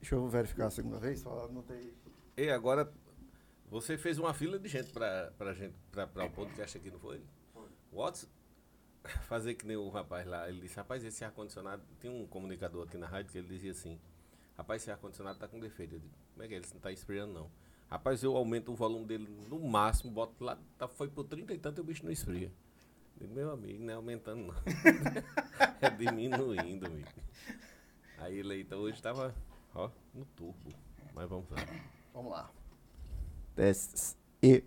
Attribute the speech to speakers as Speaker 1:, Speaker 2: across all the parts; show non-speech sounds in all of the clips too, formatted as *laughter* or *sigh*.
Speaker 1: Deixa eu verificar a segunda vez, só anotei.
Speaker 2: E agora, você fez uma fila de gente para gente, pra, pra o podcast aqui, não foi? Foi. Watson, *laughs* fazer que nem o rapaz lá, ele disse, rapaz, esse ar-condicionado, tem um comunicador aqui na rádio que ele dizia assim, rapaz, esse ar-condicionado tá com defeito. Eu digo, como é que é? Ele não tá esfriando, não. Rapaz, eu aumento o volume dele no máximo, boto lá, tá, foi por 30 e tanto e o bicho não esfria. Eu digo, Meu amigo, não é aumentando, não. *laughs* é diminuindo, amigo. Aí ele então hoje tava, ó, no turbo. Mas vamos lá.
Speaker 1: Vamos lá. Testes e.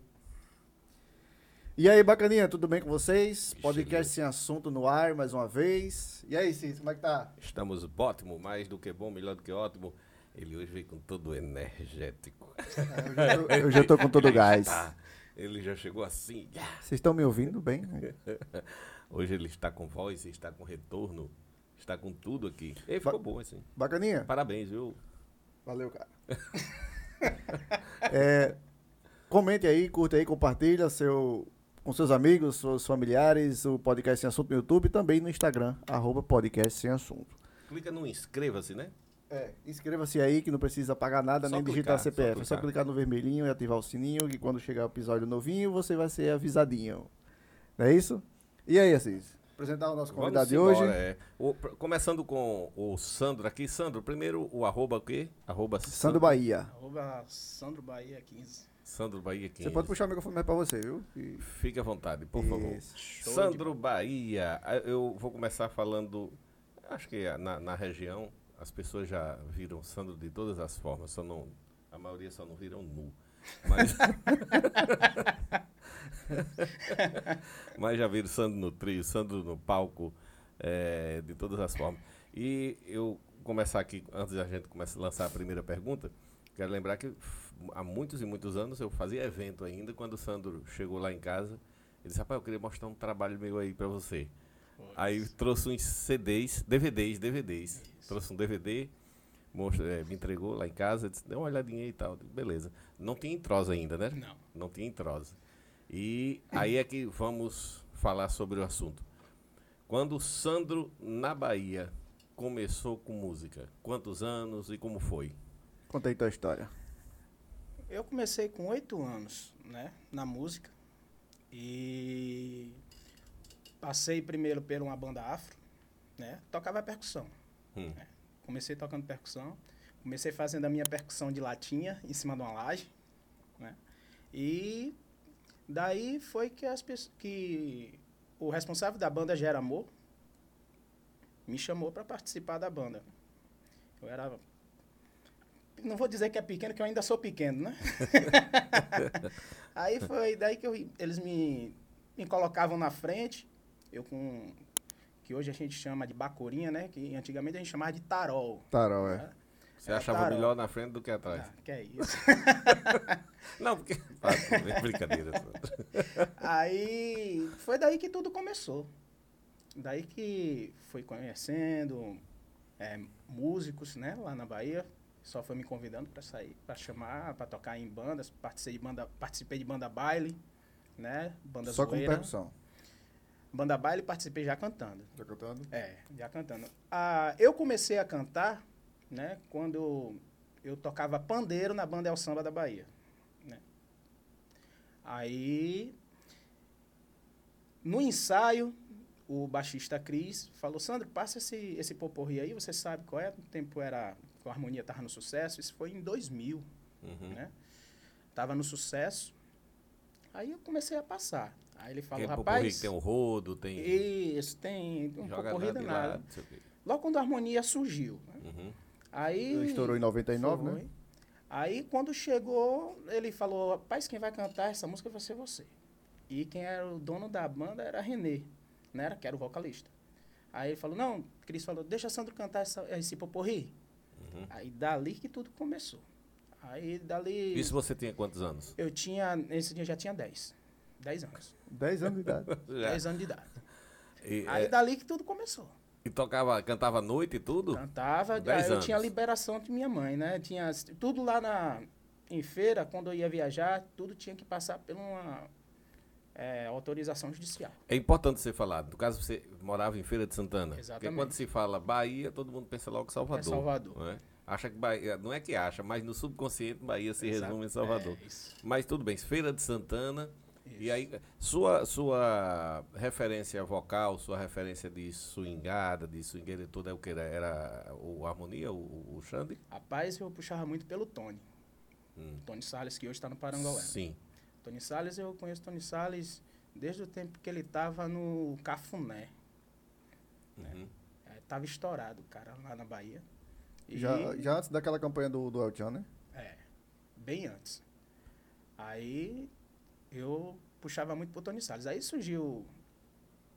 Speaker 1: E aí, bacaninha, tudo bem com vocês? Podcast sem assunto no ar mais uma vez. E aí, Cis, como é que tá?
Speaker 2: Estamos ótimo, mais do que bom, melhor do que ótimo. Ele hoje veio com todo energético.
Speaker 1: Eu já tô, eu já tô com
Speaker 2: *laughs*
Speaker 1: todo o gás.
Speaker 2: Tá. Ele já *laughs* chegou assim. yeah.
Speaker 1: Vocês estão me ouvindo bem?
Speaker 2: Hoje ele está com voz, está com retorno, está com tudo aqui. E ficou bom assim.
Speaker 1: Bacaninha?
Speaker 2: Parabéns, viu?
Speaker 1: Valeu, cara. *laughs* É, comente aí, curte aí, compartilha seu, com seus amigos, seus familiares, o Podcast Sem Assunto no YouTube e também no Instagram, arroba podcast sem assunto.
Speaker 2: Clica no inscreva-se, né?
Speaker 1: É, inscreva-se aí que não precisa pagar nada
Speaker 2: Só
Speaker 1: nem digitar
Speaker 2: clicar,
Speaker 1: CPF.
Speaker 2: só
Speaker 1: é só
Speaker 2: clicar.
Speaker 1: clicar no vermelhinho e ativar o sininho que quando chegar o episódio novinho você vai ser avisadinho. Não é isso? E aí, Assis? Apresentar o nosso convidado
Speaker 2: Vamos
Speaker 1: de hoje.
Speaker 2: embora, é. O- pr- começando com o Sandro aqui. Sandro, primeiro o arroba o quê? Arroba
Speaker 1: Sandro Bahia.
Speaker 3: Arroba Sandro Bahia 15.
Speaker 2: Sandro Bahia
Speaker 1: Você
Speaker 2: 15.
Speaker 1: pode puxar o microfone mais pra você, viu? E-
Speaker 2: Fique à vontade, por favor.
Speaker 1: Isso.
Speaker 3: Show
Speaker 2: Sandro Bahia, ah, eu vou começar falando. Acho que é na, na região as pessoas já viram Sandro de todas as formas, só não, a maioria só não viram nu. Mas, *laughs* mas já viram Sandro no trio, Sandro no palco, eh, de todas as formas. E eu começar aqui, antes da gente começar a lançar a primeira pergunta, quero lembrar que f- há muitos e muitos anos eu fazia evento ainda, quando o Sandro chegou lá em casa, ele disse, rapaz, eu queria mostrar um trabalho meu aí pra você. Aí trouxe uns CDs, DVDs, DVDs. Trouxe um DVD, mostra- eh, me entregou lá em casa, disse, deu uma olhadinha aí e tal. Eu digo, Beleza. Não tinha entrosa ainda, né?
Speaker 3: Não.
Speaker 2: Não tinha entrosa. E aí é que vamos falar sobre o assunto. Quando o Sandro, na Bahia, começou com música, quantos anos e como foi?
Speaker 1: Conta aí tua história.
Speaker 3: Eu comecei com oito anos, né, na música. E passei primeiro por uma banda afro, né? Tocava percussão.
Speaker 2: Hum.
Speaker 3: né. Comecei tocando percussão. Comecei fazendo a minha percussão de latinha em cima de uma laje, né? E daí foi que as pessoas que o responsável da banda Gera Amor me chamou para participar da banda. Eu era não vou dizer que é pequeno, que eu ainda sou pequeno, né? Aí foi daí que eu- eles me, me colocavam na frente, eu com. que hoje a gente chama de bacorinha, né? Que antigamente a gente chamava de tarol.
Speaker 1: Tarol, é.
Speaker 3: né?
Speaker 2: Você
Speaker 3: Era
Speaker 2: achava
Speaker 3: tarol.
Speaker 2: melhor na frente do que atrás?
Speaker 3: Ah, que é isso.
Speaker 2: Não, porque... *laughs* Ah, tudo bem,
Speaker 3: *laughs*
Speaker 2: brincadeira. Sandro.
Speaker 3: Aí foi daí que tudo começou. Daí que fui conhecendo é, músicos, né, lá na Bahia. Só foi me convidando para sair, para chamar, para tocar em bandas. Participei de banda, participei de banda baile, né, banda
Speaker 1: Só com
Speaker 3: zoeira.
Speaker 1: percussão.
Speaker 3: Banda baile participei já cantando.
Speaker 1: Tá cantando?
Speaker 3: É, já cantando. Ah, eu comecei a cantar, né, quando eu tocava pandeiro na banda El Samba da Bahia, né? Aí no ensaio, o baixista Cris falou: "Sandro, passa esse esse poporri aí, você sabe qual é? No tempo era a harmonia tava no sucesso, isso foi em 2000
Speaker 2: Uhum.
Speaker 3: né? Tava no sucesso. Aí eu comecei a passar. Aí ele falou,
Speaker 2: Tem popurrí que
Speaker 3: rapaz.
Speaker 2: tem o rodo, tem...
Speaker 3: Isso, tem um
Speaker 2: joga
Speaker 3: pouco
Speaker 2: nada de
Speaker 3: nada.
Speaker 2: lado, não sei o quê.
Speaker 3: Logo quando a harmonia surgiu. né?
Speaker 2: Uhum.
Speaker 3: Aí.
Speaker 1: Estourou em 99, né?
Speaker 3: Foi. Aí quando chegou, ele falou: rapaz, quem vai cantar essa música vai ser você. E quem era o dono da banda era René, né? Era, que era o vocalista. Aí ele falou: não, Cris falou: deixa Sandro cantar essa- esse poporri.
Speaker 2: Uhum.
Speaker 3: Aí dali que tudo começou. Aí dali.
Speaker 2: Isso você tinha quantos anos?
Speaker 3: Eu tinha, nesse dia já tinha 10. 10 anos.
Speaker 1: 10 anos de idade.
Speaker 2: *laughs* Já.
Speaker 3: 10 anos de idade.
Speaker 2: É, E,
Speaker 3: É, Aí
Speaker 2: é,
Speaker 3: dali que tudo começou.
Speaker 2: e tocava, cantava à noite e tudo?
Speaker 3: Cantava, aí
Speaker 2: 10
Speaker 3: eu tinha a
Speaker 2: anos.
Speaker 3: liberação de minha mãe, né? Tinha s- tudo lá na em feira, quando eu ia viajar, tudo tinha que passar por uma é, autorização judicial.
Speaker 2: É importante ser falado. No caso, você morava em Feira de Santana. Porque
Speaker 3: Exatamente.
Speaker 2: quando se fala Bahia, todo mundo pensa logo Salvador.
Speaker 3: É Salvador.
Speaker 2: não é? Acha que Bahia. Não é que acha, mas no subconsciente Bahia se
Speaker 3: Exato.
Speaker 2: resume em Salvador.
Speaker 3: É, isso.
Speaker 2: Mas tudo bem, Feira de Santana. E
Speaker 3: Isso.
Speaker 2: aí, sua, sua referência vocal, sua referência de swingada, de swingueira e tudo, é o que? Era, era o Harmonia, o, o Xande?
Speaker 3: Rapaz, eu puxava muito pelo Tony.
Speaker 2: Hum.
Speaker 3: Tony Salles, que hoje está no Parangolé.
Speaker 2: Sim.
Speaker 3: Tony Salles, eu conheço Tony Salles desde o tempo que ele estava no Cafuné.
Speaker 2: Uhum.
Speaker 3: É, tava estourado, cara, lá na Bahia. E-
Speaker 1: Já, já antes daquela campanha do, do El Chan, né?
Speaker 3: É, bem antes. Aí eu puxava muito pro Tony Salles. Aí surgiu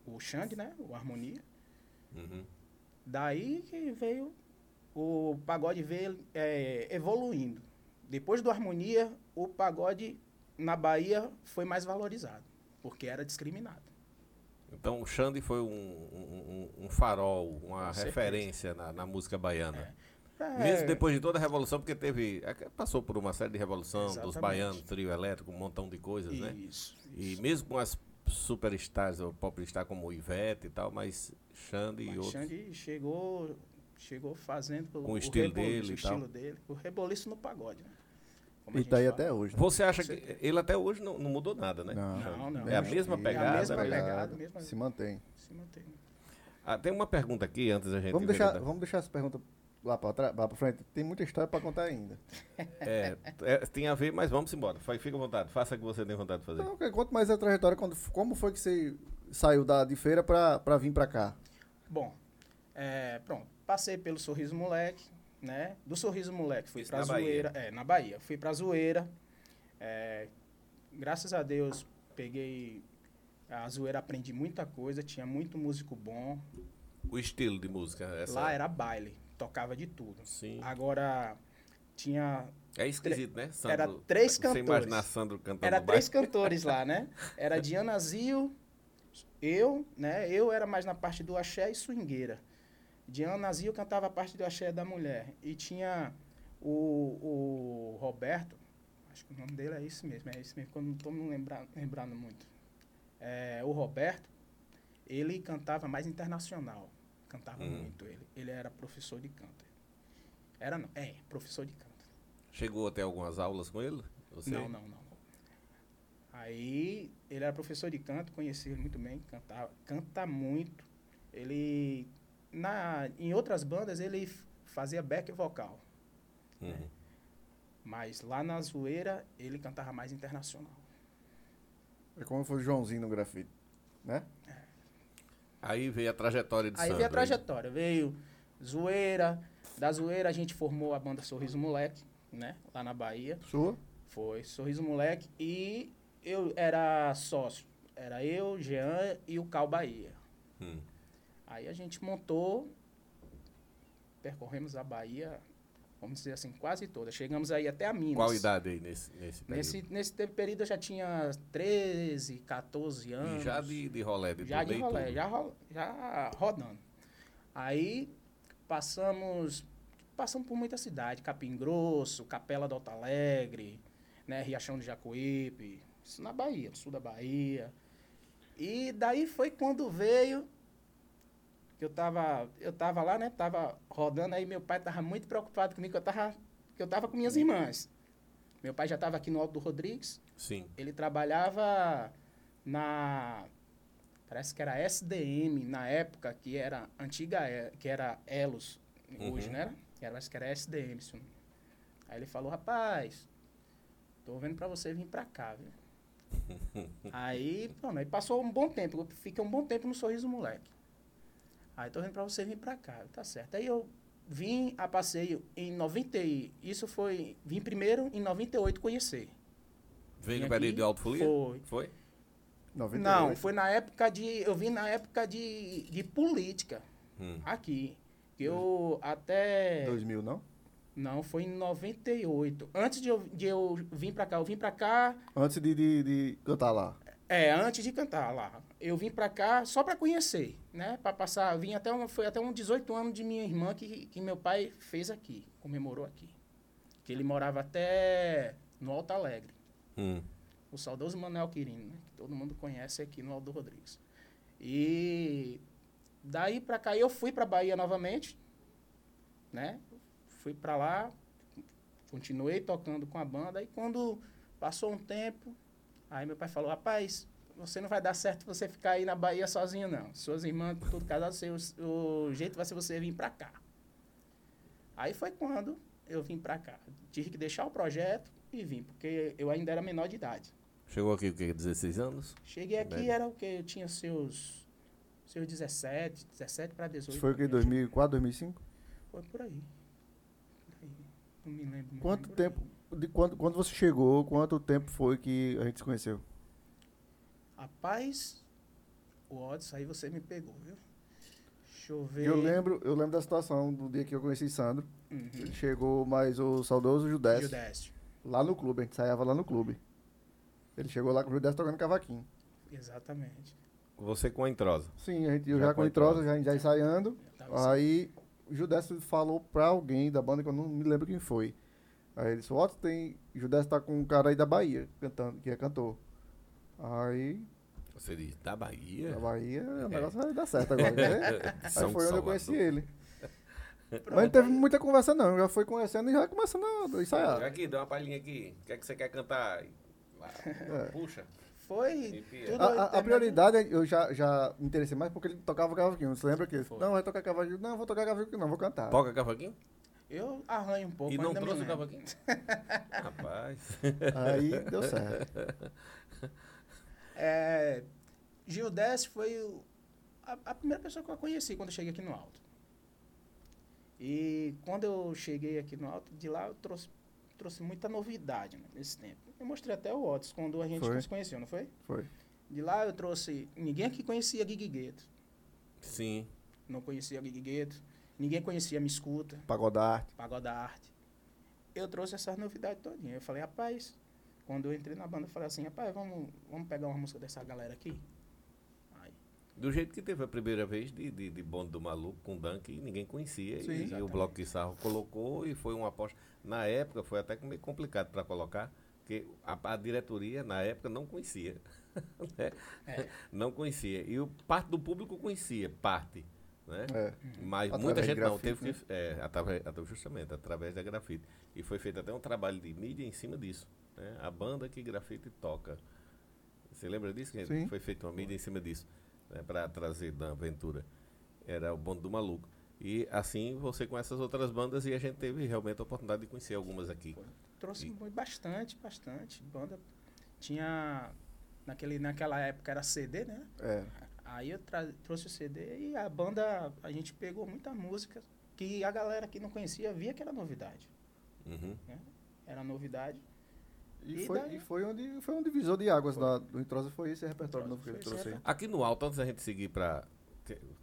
Speaker 3: o Xande, né? O Harmonia.
Speaker 2: Uhum.
Speaker 3: Daí que veio o pagode veio é, evoluindo. Depois do Harmonia, o pagode na Bahia foi mais valorizado, porque era discriminado.
Speaker 2: Então, o Xande foi um, um- um- um farol, uma
Speaker 3: Com certeza.
Speaker 2: referência na, na música baiana.
Speaker 3: É,
Speaker 2: Mesmo depois de toda a revolução, porque teve. é que Passou por uma série de revolução dos
Speaker 3: Exatamente.
Speaker 2: baianos, trio elétrico, um montão de coisas, né?
Speaker 3: Isso.
Speaker 2: E
Speaker 3: isso.
Speaker 2: mesmo com as superstars, ou popstar como Ivete e tal, mas Xande e
Speaker 3: Mas
Speaker 2: outros.
Speaker 3: Xande chegou, chegou fazendo
Speaker 2: Com o estilo
Speaker 3: reboliço,
Speaker 2: dele
Speaker 3: o
Speaker 2: e
Speaker 3: estilo
Speaker 2: tal.
Speaker 3: dele, o reboliço no pagode, né? Como a
Speaker 1: E
Speaker 3: gente
Speaker 1: daí
Speaker 3: fala.
Speaker 1: até hoje. né?
Speaker 2: Você acha que ele até hoje não, não mudou nada, né?
Speaker 1: Não.
Speaker 3: Não, não.
Speaker 2: É a mesma
Speaker 1: E-
Speaker 2: pegada,
Speaker 3: É a mesma
Speaker 2: né?
Speaker 3: pegada, mesma-
Speaker 1: Se mantém.
Speaker 3: se mantém.
Speaker 2: Ah, tem uma pergunta aqui antes da gente.
Speaker 1: Vamos
Speaker 2: ver
Speaker 1: deixar,
Speaker 2: da-
Speaker 1: vamos deixar essa pergunta lá pra, trás, lá pra frente. Tem muita história pra contar ainda.
Speaker 2: É, é, tem a ver, mas vamos embora. Fa- Fica à vontade, faça o que você tem vontade de fazer.
Speaker 1: Então, ok, conta mais a trajetória. quando- como foi que você saiu da, de feira pra, pra vir pra cá?
Speaker 3: Bom, é, pronto. Passei pelo Sorriso Moleque, né? Do Sorriso Moleque fui
Speaker 2: Isso
Speaker 3: pra
Speaker 2: na Bahia.
Speaker 3: Zoeira. É, na Bahia. Fui pra Zoeira. É, graças a Deus, peguei... A Zoeira aprendi muita coisa, tinha muito músico bom.
Speaker 2: O estilo de música. né? Essa... é.
Speaker 3: Lá era baile, tocava de tudo.
Speaker 2: Sim.
Speaker 3: Agora, tinha...
Speaker 2: É esquisito, né?
Speaker 3: era três
Speaker 2: Você
Speaker 3: cantores.
Speaker 2: imaginar Sandro cantando
Speaker 3: Era
Speaker 2: baixo.
Speaker 3: três cantores lá, né? Era
Speaker 2: *laughs*
Speaker 3: Diana Zio, eu, né? Eu era mais na parte do axé e swingueira. Diana Zio cantava a parte do axé da mulher. E tinha o, o Roberto, acho que o nome dele é isso mesmo, é isso mesmo, que eu não estou me lembra- lembrando muito. É, o Roberto, ele cantava mais internacional. Cantava
Speaker 2: Hum.
Speaker 3: muito ele. Ele era professor de canto. Era não, é, professor de canto.
Speaker 2: Chegou até algumas aulas com ele? Você?
Speaker 3: Não, não, não. Aí ele era professor de canto, conhecia ele muito bem, cantava, canta muito. Ele na em outras bandas ele f- fazia back vocal,
Speaker 2: Uhum.
Speaker 3: mas lá na Zoeira ele cantava mais internacional.
Speaker 1: É como foi o Joãozinho no grafite, né?
Speaker 2: Aí veio a trajetória de
Speaker 3: Aí
Speaker 2: Sandro.
Speaker 3: veio a trajetória, veio Zoeira, da Zoeira a gente formou a banda Sorriso Moleque, né, lá na Bahia.
Speaker 1: Sua?
Speaker 3: Foi Sorriso Moleque e eu era sócio, era eu, Jean e o Cal Bahia.
Speaker 2: Hum.
Speaker 3: Aí a gente montou, percorremos a Bahia, vamos dizer assim, quase toda. Chegamos aí até a Minas.
Speaker 2: Qual idade aí nesse, nesse período?
Speaker 3: Nesse, nesse tempo período eu já tinha 13, 14 anos.
Speaker 2: E já de, de rolé, de
Speaker 3: já
Speaker 2: tudo
Speaker 3: de
Speaker 2: e
Speaker 3: rolê,
Speaker 2: tudo.
Speaker 3: já, ro- já rodando. Aí passamos passamos por muita cidade, Capim Grosso, Capela do Alto Alegre, né, Riachão de Jacuípe, isso na Bahia, no sul da Bahia. E daí foi quando veio que eu tava, eu tava lá, né, tava rodando aí, meu pai tava muito preocupado comigo, que eu tava, que eu tava com
Speaker 2: Hum.
Speaker 3: minhas irmãs. Meu pai já tava aqui no Alto do Rodrigues,
Speaker 2: Sim.
Speaker 3: ele trabalhava na parece que era SDM na época que era antiga E- que era Elos hoje,
Speaker 2: Uhum.
Speaker 3: né? Que era- Parece que era SDM. se não- Aí ele falou: "Rapaz, tô vendo pra você vir pra cá, viu?" aí, pronto, aí passou um bom tempo, eu fiquei um bom tempo no Sorriso Moleque. Aí tô vendo pra você vir pra cá, tá certo. Aí eu vim a passeio em 90 e isso foi, vim primeiro em 98 conhecer.
Speaker 2: Veio no
Speaker 3: aqui,
Speaker 2: período de alto folia?
Speaker 3: foi.
Speaker 2: Foi?
Speaker 1: 98.
Speaker 3: Não, foi na época de. Eu vim na época de, de política
Speaker 2: Hum.
Speaker 3: aqui. Que eu até.
Speaker 1: 2000, não?
Speaker 3: Não, foi em 98. Antes de eu, de eu vir pra cá, eu vim pra cá.
Speaker 1: Antes de, de, de cantar lá.
Speaker 3: É, antes de cantar lá. Eu vim pra cá só pra conhecer, né? Pra passar. Vim até um, foi até um 18 anos de minha irmã que, que meu pai fez aqui, comemorou aqui. Que ele morava até no Alto Alegre.
Speaker 2: Hum.
Speaker 3: o saudoso Manuel Quirino, né? que todo mundo conhece aqui no Aldo Rodrigues. E daí pra cá eu fui pra Bahia novamente, né? Fui para lá, continuei tocando com a banda. E quando passou um tempo, aí meu pai falou: Rapaz, você não vai dar certo você ficar aí na Bahia sozinho, não. Suas irmãs, tudo casado, seu, o jeito vai ser você vir para cá. Aí foi quando eu vim para cá. Tive que deixar o projeto e vim, porque eu ainda era menor de idade.
Speaker 2: Chegou aqui o quê? 16 anos?
Speaker 3: Cheguei aqui,
Speaker 2: Velho.
Speaker 3: era o quê? Eu tinha seus, seus 17, 17 para
Speaker 1: Isso
Speaker 3: 18.
Speaker 1: foi o que,
Speaker 3: eu
Speaker 1: 2004, 2005?
Speaker 3: né? Foi por aí. Por aí. Não me lembro. mais,
Speaker 1: Quanto
Speaker 3: por aí.
Speaker 1: tempo, de quando, quando você chegou, quanto tempo foi que a gente se conheceu?
Speaker 3: Rapaz, o Odds, aí você me pegou, viu? Deixa eu ver.
Speaker 1: Eu lembro, eu lembro da situação do dia que eu conheci Sandro.
Speaker 3: Uhum.
Speaker 1: Ele chegou mais o saudoso Judécio,
Speaker 3: Judeste.
Speaker 1: lá no clube, a gente saiava lá no clube. Ele chegou lá com o Judécio tocando cavaquinho.
Speaker 3: Exatamente.
Speaker 2: Você com a entrosa.
Speaker 1: Sim, a gente, eu
Speaker 2: Já
Speaker 1: já,
Speaker 2: com
Speaker 1: com
Speaker 2: a
Speaker 1: a entrosa, já, já ensaiando.
Speaker 3: Eu tava assim,
Speaker 1: Aí o Judécio falou pra alguém da banda que eu não me lembro quem foi. Aí ele disse, ó, tem. Judécio tá com um cara aí da Bahia cantando, que é cantor. Aí,
Speaker 2: Você diz, da Bahia?
Speaker 1: da Bahia, o
Speaker 2: É.
Speaker 1: negócio vai dar certo agora,
Speaker 2: *laughs*
Speaker 1: né? Aí
Speaker 2: São
Speaker 1: foi onde eu
Speaker 2: Salvador.
Speaker 1: conheci
Speaker 2: *laughs*
Speaker 1: ele. Mas não
Speaker 3: pronto,
Speaker 1: teve muita conversa não, já foi conhecendo e já começando a ensaiar.
Speaker 2: Aqui, dá uma palhinha aqui. O que é que você quer cantar?
Speaker 3: *laughs*
Speaker 2: Lá. Puxa.
Speaker 3: assim. Foi
Speaker 2: Enfia.
Speaker 3: tudo né,
Speaker 1: A, a- a
Speaker 3: terminado.
Speaker 1: prioridade, eu já, já me interessei mais porque ele tocava cavaquinho. Você lembra que? ele,
Speaker 3: Foi.
Speaker 1: Não, vai tocar cavaquinho. Não, vou tocar cavaquinho, não, vou cantar.
Speaker 2: Toca cavaquinho?
Speaker 3: Eu arranho um pouco.
Speaker 2: E não
Speaker 3: ainda me
Speaker 2: trouxe o
Speaker 3: lembro.
Speaker 2: cavaquinho? Rapaz.
Speaker 1: Aí deu certo.
Speaker 3: É, Gildécio foi o- a, a primeira pessoa que eu conheci quando eu cheguei aqui no Alto. E quando eu cheguei aqui no Alto, de lá eu trouxe, trouxe muita novidade né, nesse tempo. Eu mostrei até o Otis quando a gente
Speaker 1: Foi.
Speaker 3: se conheceu, não foi?
Speaker 1: Foi.
Speaker 3: De lá eu trouxe. Ninguém aqui conhecia Gig Gueto.
Speaker 2: Sim.
Speaker 3: Não conhecia Gig Gueto. Ninguém conhecia Me Escuta.
Speaker 1: Pagodarte.
Speaker 3: Pagoda Arte. Eu trouxe essas novidades todinha. Eu falei, rapaz, quando eu entrei na banda, eu falei assim, rapaz, vamos, vamos pegar uma música dessa galera aqui? Aí,
Speaker 2: Do jeito que teve a primeira vez de, de, de Bonde do Maluco com Dunk, e ninguém conhecia.
Speaker 1: Sim.
Speaker 2: e o
Speaker 3: Exatamente.
Speaker 2: Bloco de Sarro colocou e foi uma aposta. Na época foi até meio complicado para colocar, porque a, a diretoria na época não conhecia. *laughs* né?
Speaker 3: É.
Speaker 2: Não conhecia. E o, parte do público conhecia, parte. Né?
Speaker 1: É.
Speaker 2: Mas
Speaker 1: Através
Speaker 2: muita
Speaker 1: de
Speaker 2: gente não.
Speaker 1: grafite,
Speaker 2: Teve que, é, através, até justamente, através da grafite. E foi feito até um trabalho de mídia em cima disso. né? A banda que grafite toca. Você lembra disso? Que
Speaker 1: Sim.
Speaker 2: Foi feita uma mídia em cima disso. Né? Para trazer Dan Ventura. Era o bonde do maluco. E assim você com essas outras bandas e a gente teve realmente a oportunidade de conhecer algumas aqui.
Speaker 3: trouxe
Speaker 2: E-
Speaker 3: muito- bastante, bastante. Banda tinha, naquele, naquela época era CD, né?
Speaker 1: É.
Speaker 3: Aí eu tra- trouxe o CD e a banda, a gente pegou muita música que a galera que não conhecia via que era novidade. né?
Speaker 2: Uhum.
Speaker 3: Era novidade.
Speaker 1: E,
Speaker 3: E
Speaker 1: foi,
Speaker 3: daí?
Speaker 1: e foi, onde, foi um divisor de águas da, do Entrosa, foi esse repertório novo que ele
Speaker 3: Foi esse
Speaker 1: trouxe aí.
Speaker 2: Aqui no alto, antes da gente seguir para.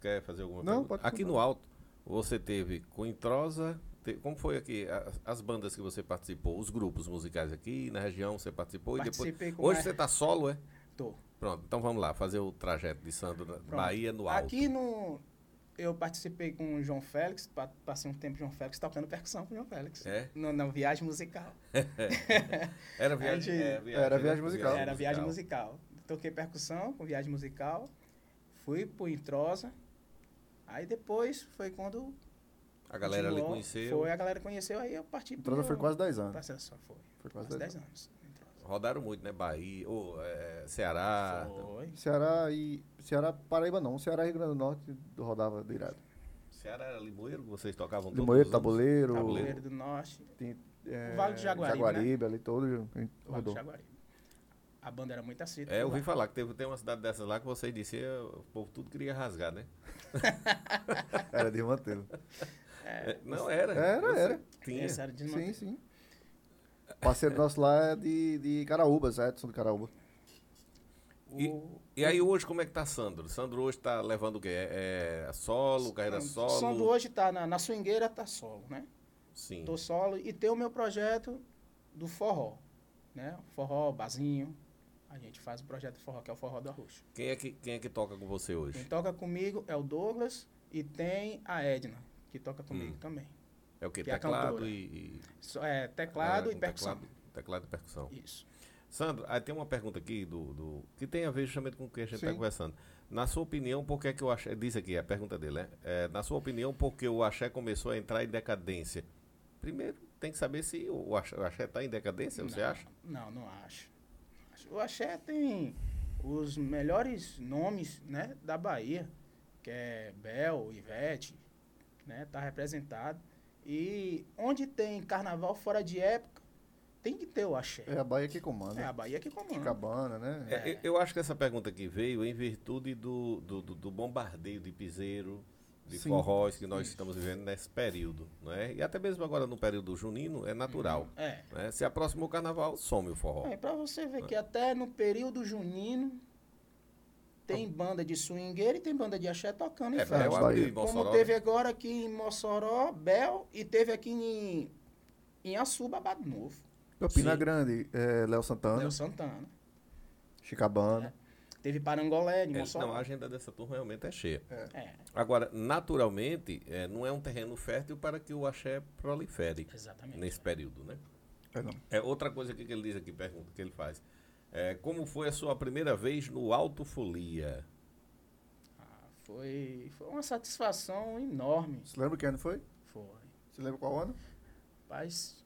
Speaker 2: Quer fazer alguma
Speaker 1: Não,
Speaker 2: pergunta?
Speaker 1: pode
Speaker 2: Aqui
Speaker 1: contar.
Speaker 2: no alto, você teve com Introsa. te- como foi aqui? a- As bandas que você participou, os grupos musicais aqui na região, você participou e
Speaker 3: Participei
Speaker 2: depois.
Speaker 3: com
Speaker 2: Hoje
Speaker 3: a-
Speaker 2: você está solo, é?
Speaker 3: Tô.
Speaker 2: Pronto, então vamos lá, fazer o trajeto de Sandro, na- Bahia no alto.
Speaker 3: Aqui no. Eu participei com o João Félix, pa- passei um tempo com o João Félix tocando percussão com o João Félix.
Speaker 2: É?
Speaker 3: No- Na viagem musical.
Speaker 2: Era viagem,
Speaker 3: Onde-
Speaker 2: é,
Speaker 1: Era
Speaker 2: né?
Speaker 1: viagem musical.
Speaker 3: Era viagem musical. Toquei percussão com viagem musical. Fui pro Introsa. Aí depois foi quando.
Speaker 2: A galera ali
Speaker 3: continuou,
Speaker 2: conheceu.
Speaker 3: Foi, a galera conheceu, aí eu parti pro.
Speaker 1: Entrosa foi quase 10 anos.
Speaker 3: Passei só, foi.
Speaker 1: Foi quase
Speaker 3: Tá. Quase
Speaker 1: 10
Speaker 3: 10
Speaker 1: anos.
Speaker 3: anos. Introsa.
Speaker 2: Rodaram muito, né? Bahia, ou, é, Ceará. então.
Speaker 3: foi.
Speaker 1: Ceará e. Ceará, Paraíba não, Ceará e Rio Grande do Norte rodava direto.
Speaker 2: Ceará era Limoeiro, vocês tocavam todos
Speaker 1: Limoeiro,
Speaker 2: os anos?
Speaker 1: Tabuleiro,
Speaker 2: Tabuleiro.
Speaker 3: Tabuleiro do Norte.
Speaker 1: é,
Speaker 3: O Vale do Jaguaribe, né?
Speaker 1: Jaguaribe, ali todo, a gente
Speaker 3: Vale do
Speaker 1: rodou.
Speaker 3: Jaguaribe. A banda era muito assídua.
Speaker 2: É, eu
Speaker 3: lá.
Speaker 2: ouvi falar que teve, tem uma cidade dessas lá que vocês disseram, o povo tudo queria rasgar, né?
Speaker 1: Era de mantê-lo.
Speaker 2: É, não era.
Speaker 1: Era,
Speaker 2: eu sei,
Speaker 1: era.
Speaker 2: é, Tinha.
Speaker 3: Essa é era de
Speaker 1: Sim,
Speaker 3: Manteca.
Speaker 1: sim. Parceiro nosso lá é de, de Caraúbas, é Edson de Caraúba.
Speaker 3: O-
Speaker 2: E aí hoje como é que tá Sandro? Sandro hoje tá levando o quê? É, é solo, carreira solo?
Speaker 3: O som do hoje tá na, na swingueira, tá solo, né?
Speaker 2: Sim.
Speaker 3: Tô solo e tem o meu projeto do forró, né? Forró, bazinho. A gente faz o projeto do forró, que é o forró do Arroxo.
Speaker 2: Quem, é que, quem é que toca com você
Speaker 3: Quem
Speaker 2: hoje?
Speaker 3: toca comigo é o Douglas e tem a Edna, que toca comigo
Speaker 2: Hum.
Speaker 3: também.
Speaker 2: É o quê?
Speaker 3: que é a
Speaker 2: teclado
Speaker 3: cantora.
Speaker 2: e, e-
Speaker 3: Só é teclado
Speaker 2: é,
Speaker 3: e
Speaker 2: com
Speaker 3: percussão.
Speaker 2: Teclado, teclado e percussão.
Speaker 3: Isso.
Speaker 2: Sandro, aí tem uma pergunta aqui do, do- que tem a ver justamente com o que a gente está
Speaker 1: Sim.
Speaker 2: conversando. Na sua opinião, por que, é que o axé. Diz aqui, a pergunta dele, né? É, na sua opinião, por que o axé começou a entrar em decadência? Primeiro, tem que saber se o axé, o axé tá em decadência, você
Speaker 3: Não,
Speaker 2: acha?
Speaker 3: Não, não acho. O axé tem os melhores nomes, né, da Bahia, que é Bel, Ivete, né, tá representado. E onde tem carnaval fora de época, tem que ter o axé.
Speaker 1: É a Bahia que
Speaker 3: É a
Speaker 1: comanda.
Speaker 3: Bahia que comanda.
Speaker 1: Cabana, né?
Speaker 2: É, eu- eu acho que essa pergunta que veio em virtude do, do, do- do bombardeio de piseiro, de
Speaker 1: Sim.
Speaker 2: forrós que nós estamos vivendo nesse período, não é? E até mesmo agora no período junino é natural.
Speaker 3: É.
Speaker 2: né? Se aproxima o carnaval, some o forró.
Speaker 3: É, pra você ver que até no período junino tem banda de swingueira e tem banda de axé tocando em
Speaker 2: É,
Speaker 1: Fred,
Speaker 2: Bel
Speaker 3: festa.
Speaker 1: vai.
Speaker 2: abriu em
Speaker 3: Como
Speaker 2: Mossoró.
Speaker 3: teve
Speaker 2: né?
Speaker 3: agora aqui em Mossoró, Bel, e teve aqui em, em Açuba, Abado Novo,
Speaker 1: Campina
Speaker 2: Sim.
Speaker 1: Grande, é, Léo Santana,
Speaker 3: Léo Santana. né?
Speaker 1: Chicabana.
Speaker 3: Teve Parangolé, de
Speaker 2: É,
Speaker 3: Mossoró.
Speaker 2: não, a agenda dessa turma realmente é cheia.
Speaker 3: É,
Speaker 2: Agora, naturalmente, é, não é um terreno fértil para que o axé prolifere
Speaker 3: exatamente.
Speaker 2: nesse período, né?
Speaker 1: Perdão.
Speaker 2: É outra coisa aqui que ele diz aqui, pergunta que ele faz. É, como foi a sua primeira vez no Alto Folia?
Speaker 3: Ah, foi, foi uma satisfação enorme.
Speaker 1: Você lembra que ano foi?
Speaker 3: Foi.
Speaker 1: Você lembra qual ano?
Speaker 3: Mas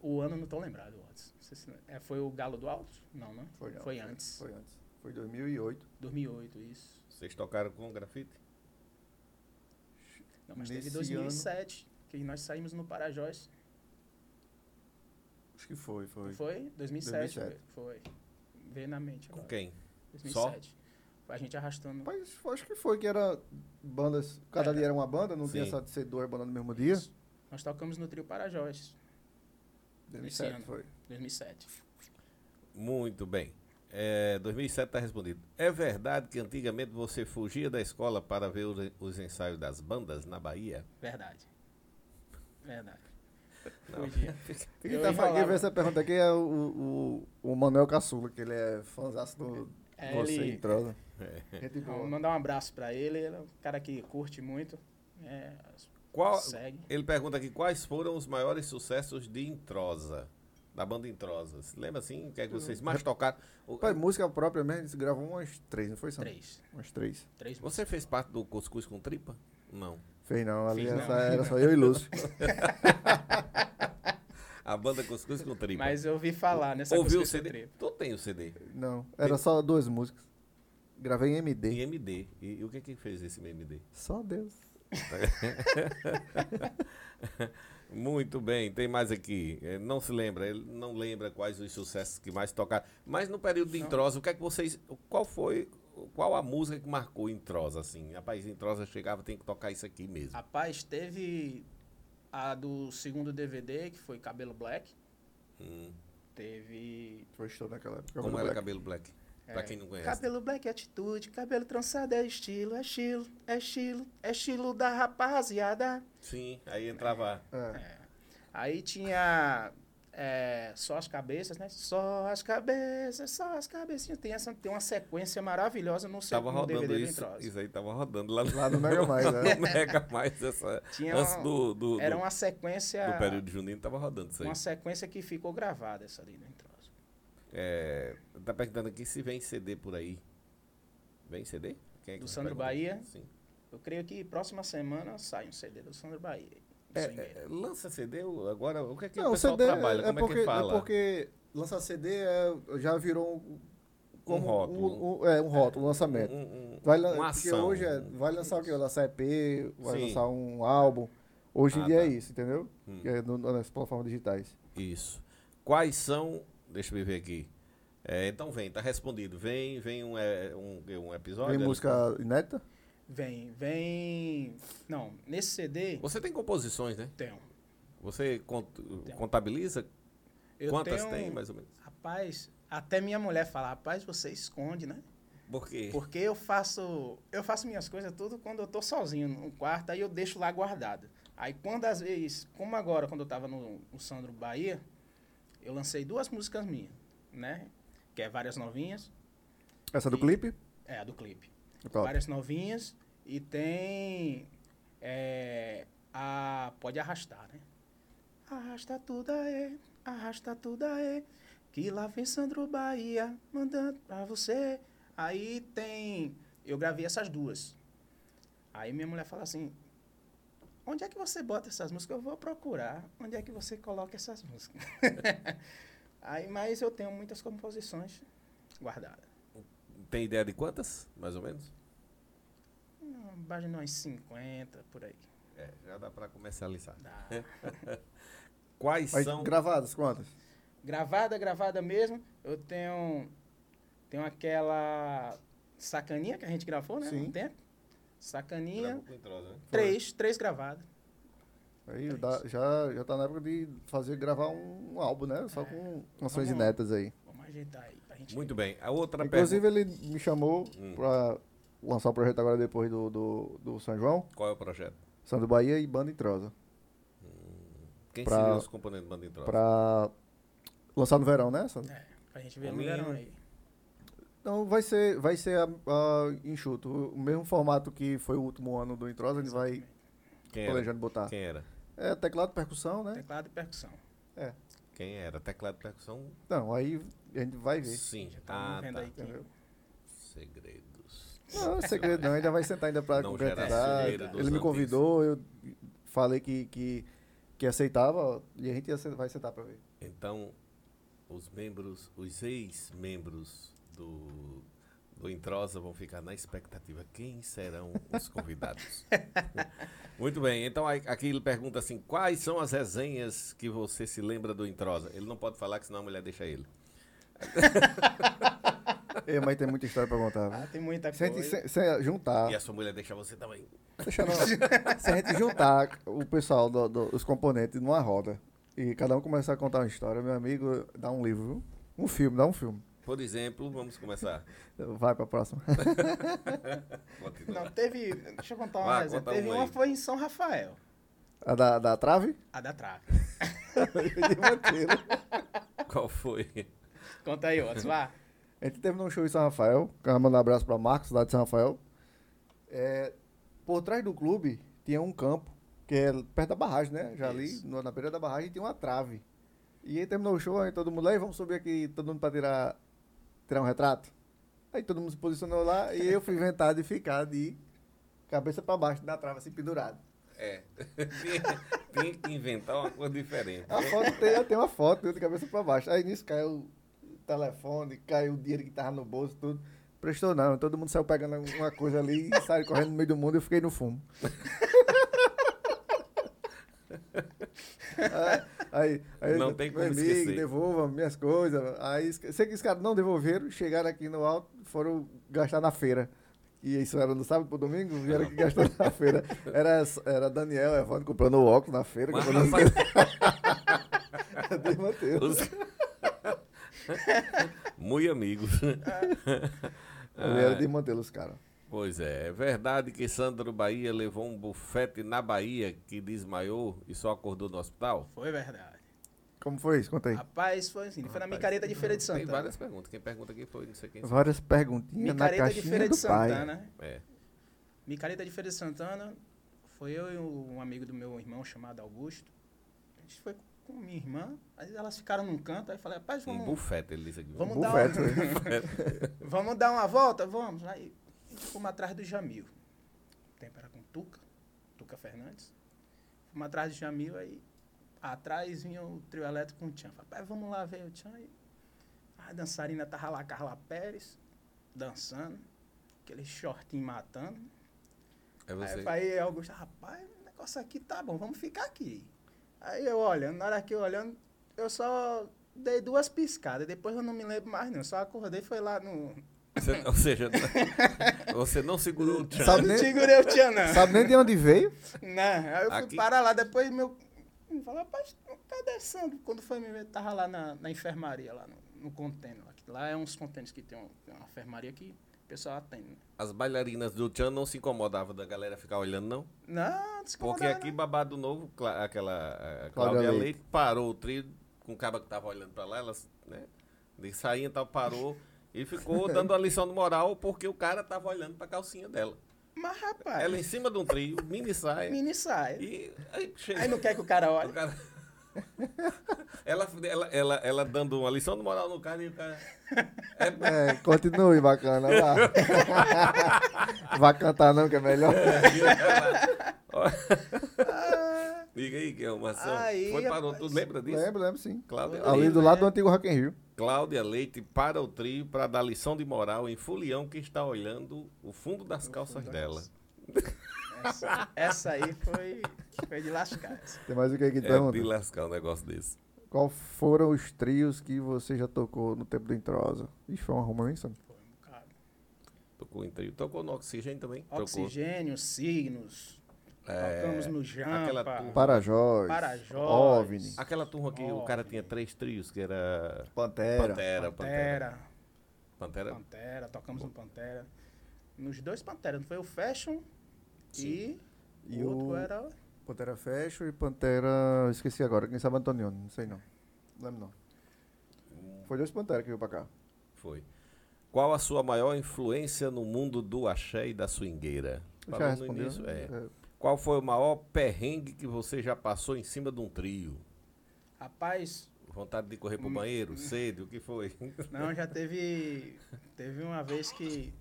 Speaker 3: o ano eu não tô lembrado, Watson. Não sei se- é, foi o Galo do Alto? Não, né?
Speaker 1: Foi não, foi-
Speaker 3: antes.
Speaker 1: Foi antes. Foi 2008.
Speaker 3: 2008, isso.
Speaker 2: Vocês tocaram com grafite?
Speaker 3: Não, mas
Speaker 1: Nesse
Speaker 3: teve 2007, que nós saímos no Parajóis.
Speaker 1: Acho que foi, foi.
Speaker 3: Foi? 2007.
Speaker 1: 2007.
Speaker 3: Foi. Veio na mente
Speaker 2: Com
Speaker 3: agora.
Speaker 2: quem?
Speaker 3: 2007. Foi a gente arrastando.
Speaker 1: Mas foi- acho que foi que era bandas. Cada
Speaker 3: É.
Speaker 1: dia era uma banda, não
Speaker 2: Sim.
Speaker 1: tinha essa de ser duas bandas no mesmo dia.
Speaker 3: Nós tocamos no trio Parajóis,
Speaker 1: 2007
Speaker 3: ano.
Speaker 1: foi.
Speaker 3: 2007.
Speaker 2: Muito bem. É, 2007 está respondido. É verdade que antigamente você fugia da escola para ver os, os ensaios das bandas na Bahia? *laughs*
Speaker 3: Verdade. Verdade.
Speaker 2: Não. *laughs*
Speaker 3: Fugia.
Speaker 1: Quem
Speaker 3: Eu né?
Speaker 1: tá fa- quem
Speaker 3: enrolava.
Speaker 1: fez essa pergunta aqui é o, o, o Manuel Caçula, que ele é fãzaço do
Speaker 3: É,
Speaker 1: Você
Speaker 3: ele-
Speaker 1: em Trosa.
Speaker 2: É.
Speaker 1: Gente
Speaker 3: Vamos
Speaker 1: boa.
Speaker 3: mandar um abraço pra ele. Ele é um cara que curte muito. É,
Speaker 2: Qual,
Speaker 3: segue.
Speaker 2: ele pergunta aqui quais foram os maiores sucessos de Introsa, da banda Introsa. Se lembra assim? O que é que vocês mais tocaram? O-
Speaker 1: Pai, música própria mesmo, eles gravou umas três, não foi, Sandro?
Speaker 3: Três.
Speaker 1: Umas três.
Speaker 3: Três
Speaker 2: Você fez parte do Cuscuz com Tripa? Não.
Speaker 1: Fez não, ali
Speaker 3: Fiz
Speaker 1: era
Speaker 3: não.
Speaker 1: só- era só eu e
Speaker 2: *laughs*
Speaker 1: Lúcio.
Speaker 2: A banda Cuscuz com Tripa.
Speaker 3: Mas eu ouvi falar nessa
Speaker 2: Ouviu o
Speaker 3: coisa que eu
Speaker 2: CD?
Speaker 3: triplo.
Speaker 2: Tu tem o CD.
Speaker 1: Não, era só duas músicas. Gravei em
Speaker 2: Em
Speaker 1: MD.
Speaker 2: MD. E, e o que é que fez esse MD?
Speaker 1: Só Deus.
Speaker 2: Muito bem, tem mais aqui. Eh, Não se lembra, ele não lembra quais os sucessos que mais tocaram. Mas no período de Introsa, o que é que vocês. Qual foi. Qual a música que marcou Introsa, assim? Rapaz, Introsa chegava, tem que tocar isso aqui mesmo.
Speaker 3: Rapaz, teve a do segundo DVD, que foi Cabelo Black.
Speaker 2: Hum,
Speaker 3: Teve.
Speaker 1: Foi show naquela época.
Speaker 2: como era
Speaker 1: Black.
Speaker 2: Cabelo Black? Pra
Speaker 3: é,
Speaker 2: quem não conhece.
Speaker 3: Cabelo black é atitude, cabelo trançado é estilo, é estilo, é estilo, é estilo da rapaziada.
Speaker 2: Sim, aí entrava.
Speaker 1: É.
Speaker 3: É. Aí tinha é, só as cabeças, né? Só as cabeças, só as cabecinhas. Tem, essa, tem uma sequência maravilhosa no, seu,
Speaker 2: Tava
Speaker 3: no
Speaker 2: rodando
Speaker 3: um DVD do
Speaker 2: isso.
Speaker 3: Entrosa.
Speaker 2: Isso aí tava rodando lá no,
Speaker 1: Lá no Mega Mais, né?
Speaker 2: *laughs* no Mega Mais. Essa,
Speaker 3: Tinha
Speaker 2: antes
Speaker 3: uma-
Speaker 2: do, do, do,
Speaker 3: Era uma sequência.
Speaker 2: do período de Juninho, tava rodando isso aí.
Speaker 3: Uma sequência que ficou gravada essa ali no Entrosa.
Speaker 2: É, tá perguntando aqui se vem CD por aí. Vem CD? Quem é que
Speaker 3: Do
Speaker 2: tá
Speaker 3: Sandro
Speaker 2: perguntando?
Speaker 3: Bahia?
Speaker 2: Sim.
Speaker 3: Eu creio que próxima semana sai um CD do Sandro Bahia. do
Speaker 2: É,
Speaker 3: Swingueiro.
Speaker 2: é, lança CD o- agora? O que é que
Speaker 1: Não,
Speaker 2: o
Speaker 1: o
Speaker 2: pessoal
Speaker 1: CD
Speaker 2: trabalha?
Speaker 1: é,
Speaker 2: Como
Speaker 1: porque,
Speaker 2: é que fala?
Speaker 1: é porque lançar CD é- já virou um, como
Speaker 2: rótulo.
Speaker 1: Um, um- é, um rótulo, um lançamento.
Speaker 2: Um- um-
Speaker 1: Vai, lan-
Speaker 2: uma
Speaker 1: porque
Speaker 2: ação.
Speaker 1: hoje é, vai lançar o quê? Vai lançar EP, vai
Speaker 2: Sim.
Speaker 1: lançar um álbum. Hoje em
Speaker 2: Ah,
Speaker 1: dia é
Speaker 2: tá.
Speaker 1: isso, entendeu?
Speaker 2: Hum.
Speaker 1: É no- nas plataformas digitais.
Speaker 2: Isso. Quais são... Deixa eu ver aqui. É, então vem, tá respondido. Vem, vem um, é, um, um episódio.
Speaker 1: Tem música inédita?
Speaker 3: Vem, vem. Não, nesse CD
Speaker 2: Você tem composições, né?
Speaker 3: tem um.
Speaker 2: Você cont-
Speaker 3: Tem.
Speaker 2: contabiliza
Speaker 3: Eu
Speaker 2: quantas
Speaker 3: tenho-
Speaker 2: tem, mais ou menos?
Speaker 3: Rapaz, até minha mulher fala, rapaz, você esconde, né?
Speaker 2: Por quê?
Speaker 3: Porque eu faço, eu faço minhas coisas tudo quando eu tô sozinho no quarto, aí eu deixo lá guardado. Aí quando às vezes, como agora, quando eu tava no, no Sandro Bahia, eu lancei duas músicas minhas, né? Que é Várias Novinhas,
Speaker 1: Essa do
Speaker 3: Sim.
Speaker 1: clipe?
Speaker 3: é a do clipe.
Speaker 1: Pronto.
Speaker 3: Várias novinhas e tem é, a pode arrastar, né? Arrasta tudo aí, arrasta tudo aí, que lá vem Sandro Bahia mandando pra você. Aí tem, eu gravei essas duas. Aí minha mulher fala assim, Onde é que você bota essas músicas? Eu vou procurar. Onde é que você coloca essas músicas? *laughs* Aí, mas eu tenho muitas composições guardadas.
Speaker 2: Tem ideia de quantas, mais ou menos?
Speaker 3: Hum, Baixa de umas 50, por aí.
Speaker 2: É, já dá pra comercializar.
Speaker 3: Dá.
Speaker 2: Quais
Speaker 1: Mas
Speaker 2: são...
Speaker 1: gravadas, quantas?
Speaker 3: Gravada, gravada mesmo. Eu tenho. Tenho aquela. Sacaninha que a gente gravou, né?
Speaker 1: Sim.
Speaker 3: Um tempo. Sacaninha.
Speaker 2: Gravou com entrosa, né?
Speaker 3: Três, três gravadas.
Speaker 1: Aí
Speaker 3: É
Speaker 1: dá- já, já tá na época de fazer, gravar um álbum, né? Só com canções
Speaker 3: É. Vamos-
Speaker 1: inéditas aí.
Speaker 3: Vamos ajeitar aí. pra gente-
Speaker 2: Muito bem. A outra
Speaker 1: Inclusive, ele me chamou
Speaker 2: Hum.
Speaker 1: pra lançar o projeto agora depois do, do, do São João,
Speaker 2: pergunta. Qual é o projeto?
Speaker 1: São do Bahia e Banda Entrosa.
Speaker 2: Hum, Quem
Speaker 1: Pra-
Speaker 2: seria os componentes do Banda Entrosa?
Speaker 1: Pra lançar no verão, né? Sandro?
Speaker 3: É, pra gente ver no
Speaker 2: Vamos
Speaker 3: verão
Speaker 2: ver.
Speaker 3: aí.
Speaker 1: Então vai ser, vai ser a, a enxuto. O mesmo formato que foi o último ano do Entrosa, ele vai
Speaker 2: Quem era?
Speaker 1: planejando botar.
Speaker 2: Quem era?
Speaker 1: É teclado, percussão, né?
Speaker 3: Teclado e percussão. É.
Speaker 2: Quem era? Teclado de percussão?
Speaker 1: Não, Então, aí a gente vai ver.
Speaker 2: Sim.
Speaker 3: Já
Speaker 2: Ah,
Speaker 3: tá vendo aí
Speaker 2: tá.
Speaker 3: quem-
Speaker 1: Entendeu?
Speaker 2: Segredos.
Speaker 1: Não, é segredo não. Ainda vai sentar ainda pra
Speaker 2: Não
Speaker 3: gera
Speaker 1: concretizar.
Speaker 3: sujeira dos
Speaker 1: Ele me
Speaker 2: antigos.
Speaker 1: convidou, eu falei que, que, que aceitava e a gente ia se- vai sentar pra ver.
Speaker 2: *laughs* Então, os membros, os ex-membros do, do Introsa vão ficar na expectativa. Quem serão
Speaker 1: *laughs*
Speaker 2: os convidados? Muito bem, então aí- aqui ele pergunta assim: quais são as resenhas que você se lembra do Introsa? Ele não pode falar, que senão a mulher deixa ele.
Speaker 1: É, mas tem muita história pra contar.
Speaker 3: Ah,
Speaker 1: viu?
Speaker 3: tem muita
Speaker 1: Se a
Speaker 3: coisa.
Speaker 1: gente se- se juntar,
Speaker 2: E a sua mulher deixa você também.
Speaker 1: deixa não- se a gente juntar o pessoal, do- do- os componentes numa roda e cada um começar a contar uma história, meu amigo, dá um livro, viu? Um filme, dá um filme.
Speaker 2: Por exemplo, vamos começar.
Speaker 1: Vai pra próxima. *laughs*
Speaker 2: Continua.
Speaker 3: Não, teve. Deixa eu contar uma
Speaker 2: Vá,
Speaker 3: resenha.
Speaker 2: conta
Speaker 3: Teve
Speaker 2: uma
Speaker 3: uma
Speaker 2: aí.
Speaker 3: foi em São Rafael,
Speaker 1: A da, da trave? *laughs*
Speaker 3: a da trave.
Speaker 1: De Manteiro.
Speaker 2: Qual foi?
Speaker 3: Conta aí, outros, vá.
Speaker 1: A gente terminou um show em São Rafael. Quero mandar um abraço pra Marcos, lá de São Rafael. É, por trás do clube tinha um campo, que é perto da barragem, né? Já ali,
Speaker 3: Isso.
Speaker 1: no- na beira da barragem, tinha uma trave. E aí terminou o show, aí todo mundo lá, e vamos subir aqui, todo mundo pra tirar, tirar um retrato. Aí todo mundo se posicionou lá, e eu fui inventado de ficar de cabeça pra baixo, na trave, assim, pendurado.
Speaker 2: É. *laughs* Tinha- Tinha que inventar uma coisa diferente.
Speaker 1: A foto tem, eu tenho uma foto, eu de cabeça pra baixo. Aí nisso caiu o telefone, caiu o dinheiro que tava no bolso, tudo. Prestou não, todo mundo saiu pegando alguma coisa ali e saiu correndo no meio do mundo e eu fiquei no fumo. *laughs* aí, aí, aí,
Speaker 2: Não tem como
Speaker 1: meu amigo,
Speaker 2: esquecer.
Speaker 1: devolva minhas coisas. Aí, esque- sei que os caras não devolveram, chegaram aqui no alto, foram gastar na feira. E isso era no sábado pro domingo, vieram aqui gastar na feira. Era, era Daniel, Evandro comprando óculos na feira,
Speaker 2: Mas,
Speaker 1: comprando
Speaker 2: rapaz,
Speaker 1: *laughs* Cadê Matheus?
Speaker 2: Os- *laughs* Muito amigos.
Speaker 1: Ele era de mantê-los, cara.
Speaker 2: Pois é, é verdade que Sandro Bahia levou um bufete na Bahia que desmaiou e só acordou no hospital?
Speaker 3: Foi verdade.
Speaker 1: Como foi isso? Conta aí.
Speaker 3: Rapaz, foi assim. Foi na
Speaker 2: Rapaz,
Speaker 3: micareta de Feira de
Speaker 2: Tem
Speaker 3: Santana.
Speaker 2: várias perguntas. Quem pergunta quem foi, não sei quem.
Speaker 1: Várias perguntinhas na
Speaker 3: Micareta
Speaker 1: caixinha
Speaker 3: de Feira de
Speaker 1: do pai.
Speaker 3: Santana.
Speaker 2: É.
Speaker 3: Micareta de Feira de Santana. Foi eu e um amigo do meu irmão chamado Augusto. A gente foi com minha irmã. Aí elas ficaram num canto. Aí eu falei, rapaz,
Speaker 2: Um
Speaker 3: vamos,
Speaker 2: bufete, ele disse aqui.
Speaker 3: Vamos dar um-"
Speaker 1: Bufete.
Speaker 3: *laughs* vamos dar uma volta? Vamos. Aí fomos atrás do Jamil. O tempo era com Tuca, Tuca Fernandes. Fomos atrás do Jamil. Aí atrás vinha o trio elétrico com o Tchan. Falei, rapaz, vamos lá ver o Tchan. Aí, a dançarina tava lá, Carla Pérez, dançando. Aquele shortinho matando.
Speaker 2: É
Speaker 3: Aí eu
Speaker 2: você.
Speaker 3: falei, Augusto, rapaz, o negócio aqui tá bom, vamos ficar aqui. Aí eu olhando, na hora que eu olhando, eu só dei duas piscadas, depois eu não me lembro mais não, só acordei e foi lá no...
Speaker 2: Você- ou seja,
Speaker 3: *laughs*
Speaker 2: você não segurou o tchan.
Speaker 1: Sabe
Speaker 3: Não
Speaker 1: nem,
Speaker 3: segurei o tchan, não.
Speaker 1: sabe nem de onde veio?
Speaker 3: Não, aí eu fui
Speaker 2: Aqui-
Speaker 3: parar lá, depois meu... Eu falei, rapaz, cadê Sandro? Quando foi me ver, tava lá na, na enfermaria, lá no, no container. Lá, que lá é uns containers que tem, um- tem uma enfermaria que o pessoal atende. né?
Speaker 2: As bailarinas do tchan não se incomodavam da galera ficar olhando, não?
Speaker 3: Não, desculpa.
Speaker 2: Porque aqui, babado novo, Cla- aquela
Speaker 1: Cláudia
Speaker 2: a Cláudia Leite.
Speaker 1: Leite
Speaker 2: parou o trio com o cara que tava olhando pra lá, ela né, de sainha e tal, parou e
Speaker 1: *laughs*
Speaker 2: ficou dando a lição de moral porque o cara tava olhando pra calcinha dela.
Speaker 3: Mas, rapaz,
Speaker 2: Ela em cima de um trio, mini saia.
Speaker 3: É. mini saia.
Speaker 2: E aí chega.
Speaker 3: Aí não quer que o cara
Speaker 2: o *laughs*
Speaker 3: olhe.
Speaker 2: cara- ela, ela, ela, ela dando uma lição de moral no cara e o cara.
Speaker 3: *laughs*
Speaker 2: É,
Speaker 1: É, continue, bacana. *laughs* Vá. É, Vai cantar não, que é melhor.
Speaker 2: e ela- *laughs* diga aí, que é uma ação.
Speaker 3: Aí,
Speaker 2: Foi parou
Speaker 3: rapaz.
Speaker 2: tudo, lembra disso?
Speaker 1: Lembro, lembro sim.
Speaker 2: Cláudia
Speaker 1: Ali
Speaker 2: Leite.
Speaker 1: do lado do antigo Rock in Rio.
Speaker 2: Cláudia Leite para o trio para dar lição de moral em Fulião que está olhando É o fundo das calças
Speaker 3: da
Speaker 2: dela.
Speaker 3: Essa, essa aí foi, foi de lascar. essa.
Speaker 1: Tem mais o que aqui
Speaker 2: É
Speaker 1: então?
Speaker 2: de lascar um negócio desse.
Speaker 1: Qual foram os trios que você já tocou no tempo do Entrosa? Ixi, foi uma romança.
Speaker 3: Foi um bocado.
Speaker 2: Tocou em trio. Tocou no Oxigênio também.
Speaker 3: Oxigênio, signos.
Speaker 2: Tocou. É,
Speaker 3: Tocamos no Jampa.
Speaker 2: aquela turma.
Speaker 1: Parajós.
Speaker 3: Parajós.
Speaker 1: OVNI.
Speaker 2: Aquela turma que o cara tinha três trios, que era...
Speaker 1: Pantera.
Speaker 2: Pantera, Pantera.
Speaker 3: Pantera.
Speaker 2: Pantera.
Speaker 3: Pantera, tocamos no Pantera. Nos dois Pantera, não foi o Fashion e,
Speaker 1: E
Speaker 3: o outro
Speaker 1: o-
Speaker 3: era.
Speaker 1: Pantera Fecho e Pantera... Esqueci agora. Quem sabe Antonioni. Não sei não. Não lembro não. Foi dois Pantera que veio pra cá.
Speaker 2: Foi. Qual a sua maior influência no mundo do axé e da swingueira?
Speaker 1: Já
Speaker 2: Falou no
Speaker 1: respondeu,
Speaker 2: início,
Speaker 1: né?
Speaker 2: é.
Speaker 1: É.
Speaker 2: Qual foi o maior perrengue que você já passou em cima de um trio?
Speaker 3: Rapaz,
Speaker 2: Vontade de correr pro banheiro, sede, o que foi?
Speaker 3: não, já teve. Teve uma vez que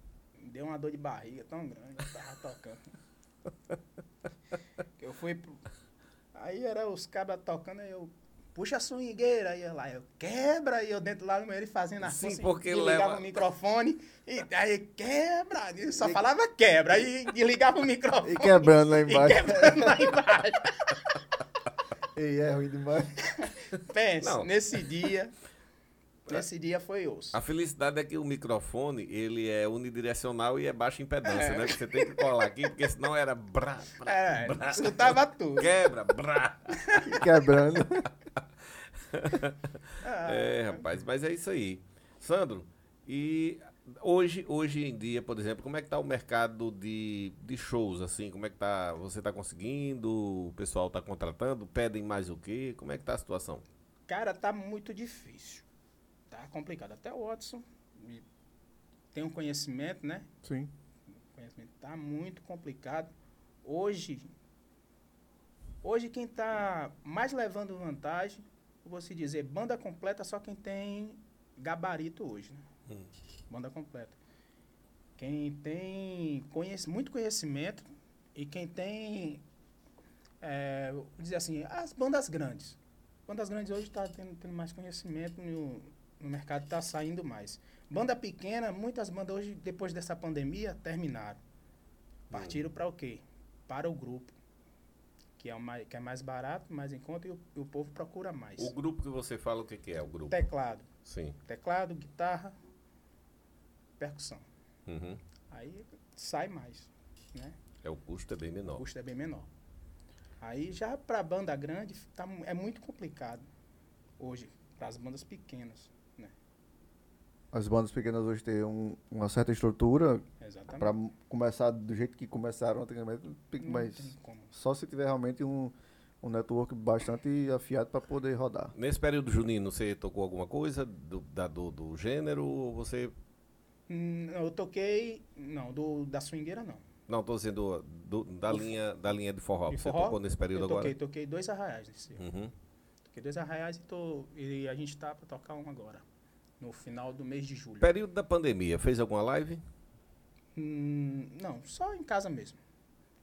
Speaker 3: deu uma dor de barriga tão grande, eu tava tocando. Que eu fui. pro- Aí era os cabras tocando, aí eu. Puxa a swingueira, aí eu lá, eu quebra, e eu dentro lá no meio ele fazendo assim,
Speaker 2: Sim, porque
Speaker 3: ligava
Speaker 2: leva-
Speaker 3: o microfone, e aí quebra, ele só falava quebra, e ligava o microfone.
Speaker 1: E quebrando lá
Speaker 3: E
Speaker 1: embaixo.
Speaker 3: quebrando
Speaker 2: *laughs*
Speaker 3: lá embaixo.
Speaker 1: Ei, é ruim demais. *laughs*
Speaker 3: Pensa,
Speaker 2: Não.
Speaker 3: nesse dia. Nesse dia foi osso.
Speaker 2: A felicidade é que o microfone, ele é unidirecional e é baixa impedância, né? Você tem que colar aqui, porque senão era brá, brá, *laughs*
Speaker 3: É,
Speaker 2: brá.
Speaker 3: escutava tudo.
Speaker 2: Quebra, brá.
Speaker 1: E Quebrando.
Speaker 3: Ah,
Speaker 2: É, rapaz, mas é isso aí. Sandro, e hoje, hoje em dia, por exemplo, como é que tá o mercado de, de shows, assim? Como é que tá? Você tá conseguindo? O pessoal tá contratando? Pedem mais o quê? Como é que tá a situação?
Speaker 3: Cara, tá muito difícil. Tá complicado. Até o Watson e tem um conhecimento, né?
Speaker 1: Sim.
Speaker 3: O conhecimento tá muito complicado. Hoje, hoje quem tá mais levando vantagem, eu vou se dizer, banda completa só quem tem gabarito hoje, né? Banda completa. Quem tem conhece, muito conhecimento e quem tem, é, vou dizer assim, as bandas grandes. Bandas grandes hoje está tendo, tendo mais conhecimento no, no mercado, está saindo mais. Banda pequena, muitas bandas hoje, depois dessa pandemia, terminaram. Partiram para o quê? Para o grupo, que é, o mais, que é mais barato, mais em conta e o, e o povo procura mais.
Speaker 2: O grupo que você fala, o que, que é o grupo?
Speaker 3: Teclado.
Speaker 2: Sim.
Speaker 3: Teclado, guitarra, percussão.
Speaker 2: Uhum.
Speaker 3: Aí sai mais, né?
Speaker 2: É, o custo é bem
Speaker 3: O
Speaker 2: menor.
Speaker 3: custo é bem menor. Aí já para banda grande tá, mu- é muito complicado hoje para as bandas pequenas, né?
Speaker 1: As bandas pequenas hoje têm um- uma certa estrutura
Speaker 3: Exatamente.
Speaker 1: pra m- começar do jeito que começaram antigamente,
Speaker 3: Tá. Não
Speaker 1: mas
Speaker 3: tem como.
Speaker 1: só se tiver realmente um, um network bastante afiado pra poder rodar.
Speaker 2: Nesse período junino, você tocou alguma coisa do, da, do, do gênero? Ou você.
Speaker 3: Hum, Eu toquei, não, do da swingueira não.
Speaker 2: Não, tô dizendo ah, do- da, linha, da linha de forró.
Speaker 3: De
Speaker 2: você
Speaker 3: forró,
Speaker 2: tocou nesse período
Speaker 3: eu toquei,
Speaker 2: agora?
Speaker 3: toquei dois arraiais nesse. ano.
Speaker 2: Uhum.
Speaker 3: Toquei dois arraiais e tô e a gente tá para tocar um agora, no final do mês de julho.
Speaker 2: Período da pandemia, fez alguma live?
Speaker 3: Hum, não, só em casa mesmo.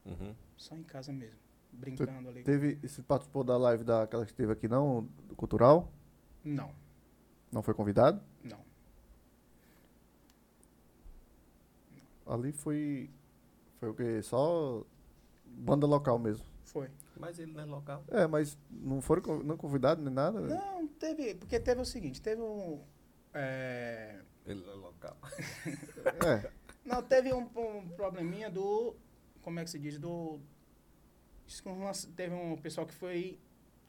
Speaker 2: Uhum.
Speaker 3: Só em casa mesmo. Brincando ali.
Speaker 1: Teve, você participou da live daquela que teve aqui não, do cultural?
Speaker 3: Não,
Speaker 1: Não foi convidado?
Speaker 3: não.
Speaker 1: Ali foi, foi o quê? Só banda local mesmo.
Speaker 3: Foi.
Speaker 2: Mas ele não é local.
Speaker 1: É, mas não foram con- não convidados nem nada? né?
Speaker 3: Não, teve. Porque teve o seguinte, teve um. é,
Speaker 2: Ele não é local.
Speaker 1: É,
Speaker 3: não, teve um, um probleminha do. Como é que se diz? Do. diz que um lance- Teve um pessoal que foi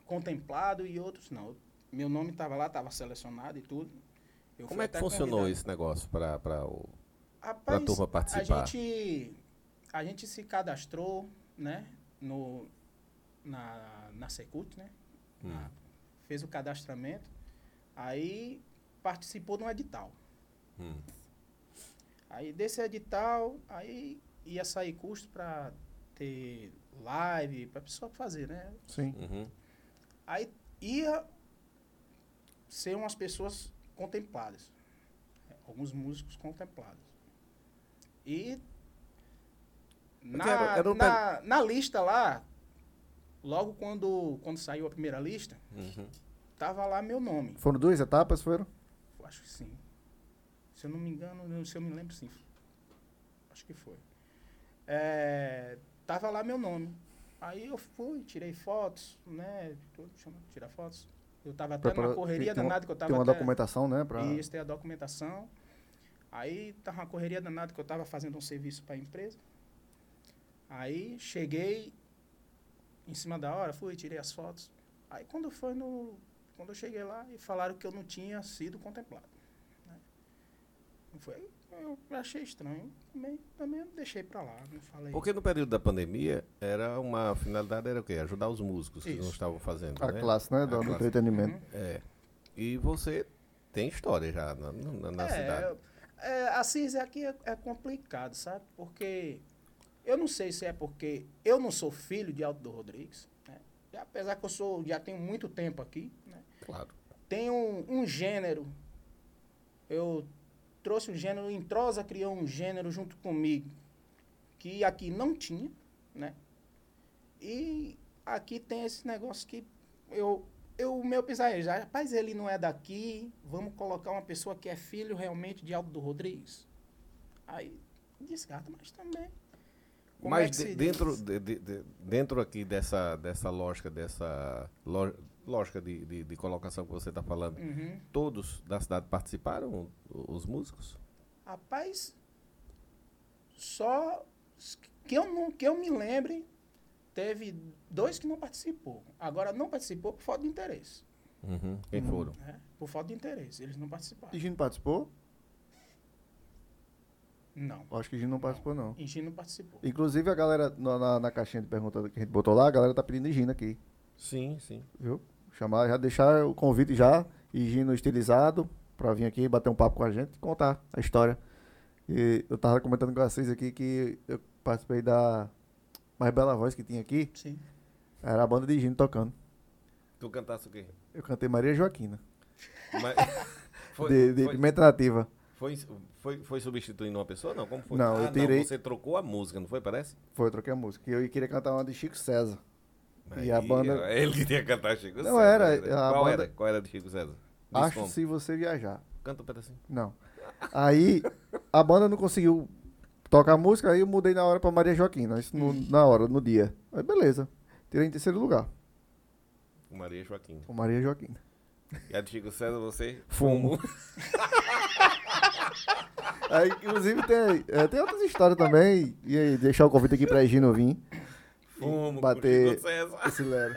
Speaker 3: contemplado e outros não. Meu nome estava lá, estava selecionado e tudo. Eu
Speaker 2: Como
Speaker 3: fui
Speaker 2: é que
Speaker 3: até
Speaker 2: funcionou
Speaker 3: convidado.
Speaker 2: esse negócio para o.
Speaker 3: Rapaz,
Speaker 2: pra turma participar?
Speaker 3: A gente, a gente se cadastrou, né? No, na, na Secult, né?
Speaker 2: Hum.
Speaker 3: Fez o cadastramento. Aí participou de um edital.
Speaker 2: Hum.
Speaker 3: Aí desse edital, aí ia sair custo para ter live, para pessoa fazer, né?
Speaker 1: sim.
Speaker 2: Uhum.
Speaker 3: Aí ia ser umas pessoas contempladas, alguns músicos contemplados. E na,
Speaker 2: Porque era- era um
Speaker 3: na, na lista lá Logo quando, quando saiu a primeira lista,
Speaker 2: uhum.
Speaker 3: tava lá meu nome.
Speaker 1: Foram duas etapas, foram?
Speaker 3: Eu Acho que sim. Se eu não me engano, não- se eu me lembro, sim. Acho que foi. É, tava lá meu nome. Aí eu fui, tirei fotos, né? Tudo, chama- Tirar fotos. Eu tava até
Speaker 1: Pra-
Speaker 3: numa
Speaker 1: pra-
Speaker 3: correria
Speaker 1: tem uma-
Speaker 3: danada que eu tava
Speaker 1: Tem uma
Speaker 3: até...
Speaker 1: documentação, né? Pra...
Speaker 3: Isso, tem a documentação. Aí tava uma correria danada que eu tava fazendo um serviço para a empresa. Aí cheguei em cima da hora, fui, tirei as fotos. Aí quando foi no. Quando eu cheguei lá e falaram que eu não tinha sido contemplado. né? Não Foi, eu achei estranho. Também, também eu deixei para lá, não falei.
Speaker 2: Porque no período da pandemia, era uma a finalidade era o quê? Ajudar os músicos que
Speaker 3: Isso. Ah,
Speaker 2: não estavam fazendo,
Speaker 1: A
Speaker 2: né?
Speaker 1: classe, né? Do, do
Speaker 2: classe.
Speaker 1: entretenimento.
Speaker 3: Uhum.
Speaker 2: É. E você tem história já na, na, na cidade.
Speaker 3: É, é, Assis aqui é, é complicado, sabe? Porque eu não sei se é porque eu não sou filho de Alto Rodrigues, né? E apesar que eu sou, já tenho muito tempo aqui, né?
Speaker 2: Claro.
Speaker 3: Tem um, um gênero, eu trouxe um gênero, em Trosa criou um gênero junto comigo, que aqui não tinha, né? E aqui tem esse negócio que eu, eu o meu pensar é, já, rapaz, ele não é daqui, vamos colocar uma pessoa que é filho realmente de Aldo Rodrigues. Aí descarta, mas também. Como
Speaker 2: Mas
Speaker 3: é que
Speaker 2: de-
Speaker 3: se
Speaker 2: dentro,
Speaker 3: diz?
Speaker 2: de- de- de- dentro aqui dessa, dessa lógica, dessa lo- lógica de, de, de colocação que você está falando,
Speaker 3: Uhum.
Speaker 2: todos da cidade participaram, o- os músicos?
Speaker 3: Rapaz, só s- que eu, não, que eu me lembre, teve dois que não participou. Agora, não participou por falta de interesse.
Speaker 1: Uhum.
Speaker 2: Quem foram?
Speaker 3: né? Por falta de interesse, eles não participaram.
Speaker 1: E Gino participou?
Speaker 3: Não,
Speaker 1: Eu Acho que Gino não participou, não.
Speaker 3: Engi não participou.
Speaker 1: Inclusive, a galera na, na- na caixinha de perguntas que a gente botou lá, a galera tá pedindo Gino aqui,
Speaker 2: Sim, sim.
Speaker 1: viu? Chamar, já deixar o convite já, e Gino estilizado, pra vir aqui bater um papo com a gente e contar a história. E eu tava comentando com vocês aqui que eu participei da mais bela voz que tinha aqui,
Speaker 3: Sim.
Speaker 1: era a banda de Gino tocando.
Speaker 2: Tu cantasse o quê?
Speaker 1: Eu cantei Maria Joaquina,
Speaker 3: *laughs*
Speaker 2: Mas- foi,
Speaker 1: de, de
Speaker 2: foi,
Speaker 1: Pimenta Nativa.
Speaker 2: foi, foi- foi substituindo uma pessoa? Não, como foi?
Speaker 1: Não, eu
Speaker 2: Ah,
Speaker 1: tirei-
Speaker 2: você trocou a música, não foi, parece?
Speaker 1: Foi, eu troquei a música. E eu queria cantar uma de Chico César. E
Speaker 2: Aí,
Speaker 1: a banda-
Speaker 2: Ele queria cantar Chico
Speaker 1: Não,
Speaker 2: César.
Speaker 1: era,
Speaker 2: né?
Speaker 1: a
Speaker 2: Qual
Speaker 1: banda-
Speaker 2: era? Qual era de Chico César? Diz
Speaker 1: Acho
Speaker 2: como.
Speaker 1: se você viajar.
Speaker 2: Canta um pedacinho.
Speaker 1: Não. Aí a banda não conseguiu tocar a música, aí eu mudei na hora pra Maria Joaquina. Isso no- na hora, no dia. Aí beleza. Tirei em terceiro lugar
Speaker 2: Com Maria Joaquim.
Speaker 1: com Maria Joaquina.
Speaker 2: E a de Chico César, você?
Speaker 1: Fumo. *laughs* Aí, inclusive, tem, é, tem outras histórias também. E aí, deixar o convite aqui pra Gino vir.
Speaker 2: Fumo,
Speaker 1: Bater-
Speaker 2: com Chico César.
Speaker 1: Esse Lero.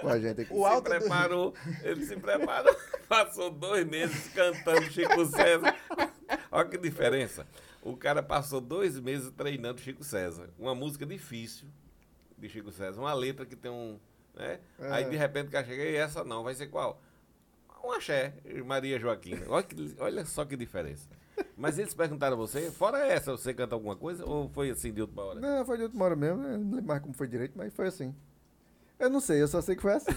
Speaker 1: Com a gente aqui.
Speaker 3: O alto
Speaker 2: se
Speaker 3: do...
Speaker 2: preparou, ele se preparou, *laughs* passou dois meses cantando Chico César. *laughs* Olha que diferença. O cara passou dois meses treinando Chico César. Uma música difícil de Chico César, uma letra que tem um. Né?
Speaker 3: É.
Speaker 2: Aí de repente o cara chega, e essa não, vai ser qual? Um axé, Maria Joaquina. Olha, que- olha só que diferença. Mas eles perguntaram a você, fora essa, você canta alguma coisa? Ou foi assim de última hora?
Speaker 1: Não, foi de última hora mesmo. né? Não lembro mais como foi direito, mas foi assim. Eu não sei, eu só sei que foi assim.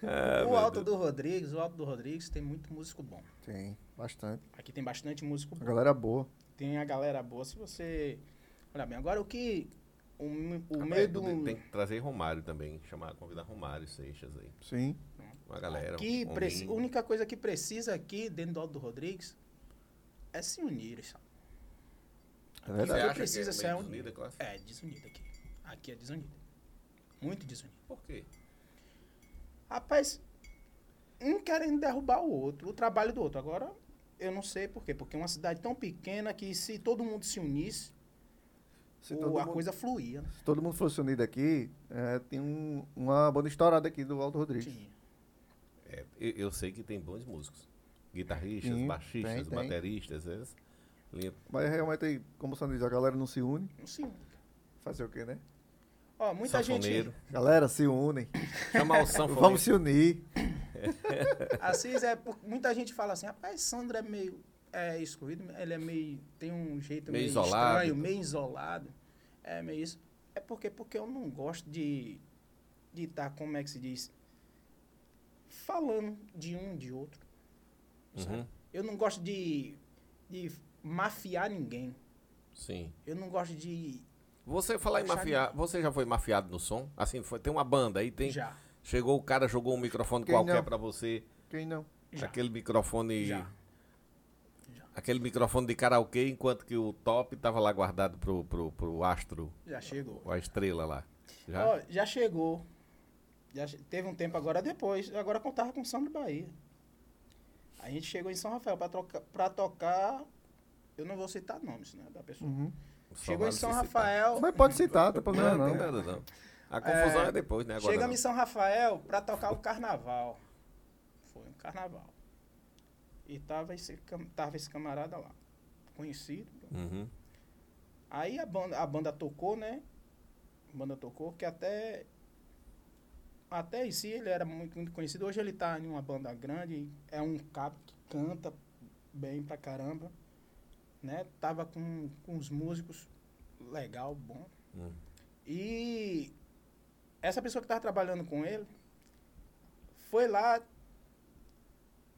Speaker 2: Ah,
Speaker 3: O
Speaker 2: meu
Speaker 3: Alto
Speaker 2: Deus.
Speaker 3: do Rodrigues, o Alto do Rodrigues tem muito músico bom.
Speaker 1: Tem, bastante.
Speaker 3: Aqui tem bastante músico
Speaker 1: A galera boa.
Speaker 3: Tem a galera boa. Se você. Olha bem, agora o que. O, m- o um
Speaker 2: Ah,
Speaker 3: meio
Speaker 2: mas
Speaker 3: do.
Speaker 2: tem- Tem que trazer Romário também, chamar, convidar Romário Seixas aí.
Speaker 1: Sim.
Speaker 2: Uma galera.
Speaker 3: Aqui,
Speaker 2: um
Speaker 3: preci- a
Speaker 2: homem.
Speaker 3: única coisa que precisa aqui, dentro do Aldo Rodrigues, é se unir. sabe?
Speaker 1: É
Speaker 2: Você
Speaker 1: verdade.
Speaker 3: Aqui
Speaker 2: acha que
Speaker 3: precisa
Speaker 2: é
Speaker 3: ser
Speaker 2: meio
Speaker 3: unido.
Speaker 2: desunida a classe?
Speaker 3: É, desunida aqui. Aqui é desunida. Muito desunida.
Speaker 2: Por quê?
Speaker 3: Rapaz, um querendo derrubar o outro, o trabalho do outro. Agora, eu não sei por quê. Porque é uma cidade tão pequena que se todo mundo se unisse,
Speaker 1: Se
Speaker 3: o-
Speaker 1: todo
Speaker 3: a
Speaker 1: mundo-
Speaker 3: coisa fluía. né?
Speaker 1: Se todo mundo fosse unido aqui, eh, tem um- uma banda estourada aqui do Alto Rodrigues.
Speaker 3: Tinha.
Speaker 2: É, eu, eu sei que tem bons músicos. Guitarristas,
Speaker 1: Sim,
Speaker 2: baixistas,
Speaker 1: tem, tem.
Speaker 2: bateristas, essas linhas.
Speaker 1: Mas é realmente, como o Sandro diz, a galera não se une.
Speaker 3: Não se une.
Speaker 1: Fazer o quê, né?
Speaker 3: Ó, muita gente. né?
Speaker 2: sanfoneiro.
Speaker 3: *laughs*
Speaker 1: Galera, se unem.
Speaker 2: Chamar o sanfoneiro.
Speaker 1: Vamos se unir.
Speaker 3: Assis é por- muita gente fala assim, rapaz, Sandro é meio é, excluído, ele é meio tem um jeito
Speaker 2: Meio
Speaker 3: meio,
Speaker 2: isolado.
Speaker 3: estranho, meio isolado, é meio isso. É porque porque eu não gosto de de estar como é que se diz falando de um de outro. sabe?
Speaker 2: Uhum,
Speaker 3: Eu não gosto de de mafiar ninguém.
Speaker 2: Sim.
Speaker 3: Eu não gosto de
Speaker 2: Você falar em
Speaker 3: Puxar
Speaker 2: mafiar, você já foi mafiado no som? Assim, foi, tem uma banda aí, tem.
Speaker 3: Já.
Speaker 2: Chegou o cara, jogou um microfone
Speaker 1: Quem
Speaker 2: qualquer
Speaker 1: não?
Speaker 2: pra você.
Speaker 1: Quem não?
Speaker 3: Já.
Speaker 2: Aquele microfone.
Speaker 3: Já.
Speaker 2: Aquele microfone de karaokê, enquanto que o top tava lá guardado pro, pro, pro astro,
Speaker 3: Já chegou.
Speaker 2: a estrela lá. Já?
Speaker 3: Ó, já chegou. Já che- teve um tempo agora depois. Agora contava com o Samba do Bahia. A gente chegou em São Rafael pra, troca- pra tocar. Eu não vou citar nomes, né? Da pessoa.
Speaker 2: Hum, Só
Speaker 3: Chegou em
Speaker 2: vale
Speaker 3: São
Speaker 2: se citar.
Speaker 3: Rafael.
Speaker 1: Uhum. Mas pode citar, tá problema
Speaker 2: Não, não
Speaker 1: não.
Speaker 2: tem nada não. A confusão é, depois, né? Agora
Speaker 3: Chegamos
Speaker 2: não.
Speaker 3: em São Rafael pra tocar o carnaval. Foi um carnaval. E tava esse, cam- tava esse camarada lá. Conhecido.
Speaker 2: Uhum.
Speaker 3: Aí a banda, a banda tocou, né? A banda tocou, que até. Até em si ele era muito, muito conhecido. Hoje ele tá em uma banda grande, é um cabo que canta bem pra caramba. Né? Tava com, com os músicos legal, bom.
Speaker 2: Hum.
Speaker 3: E essa pessoa que tava trabalhando com ele foi lá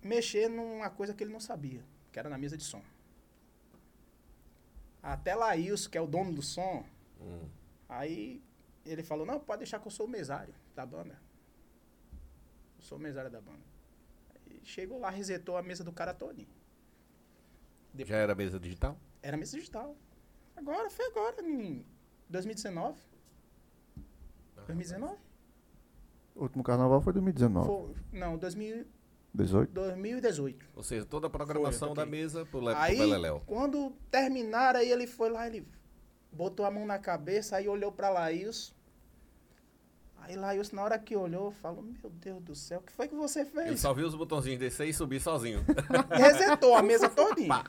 Speaker 3: mexer numa coisa que ele não sabia, que era na mesa de som. Até Laís, que é o dono do som,
Speaker 2: Hum.
Speaker 3: aí ele falou, não, pode deixar que eu sou o mesário da banda. Eu sou o mesário da banda. Aí chegou lá, resetou a mesa do cara todinho.
Speaker 2: Já era mesa digital?
Speaker 3: Era mesa digital. Agora, foi agora, em 2019.
Speaker 2: Ah,
Speaker 3: 2019?
Speaker 1: O último carnaval foi 2019.
Speaker 3: Foi, não, 2000,
Speaker 1: 18?
Speaker 3: 2018.
Speaker 2: Ou seja, toda a programação
Speaker 3: Foi, eu
Speaker 2: da
Speaker 3: toquei.
Speaker 2: mesa pro, Le...
Speaker 3: aí,
Speaker 2: pro Beleléu.
Speaker 3: quando terminaram, aí ele foi lá, ele botou a mão na cabeça, aí olhou pra Laís. Aí Laís, na hora que olhou, falou, meu Deus do céu, o que foi que você
Speaker 2: Ele
Speaker 3: fez?
Speaker 2: só viu os botãozinhos descer e subir
Speaker 1: *laughs*
Speaker 2: sozinho.
Speaker 3: E resetou a mesa todinha.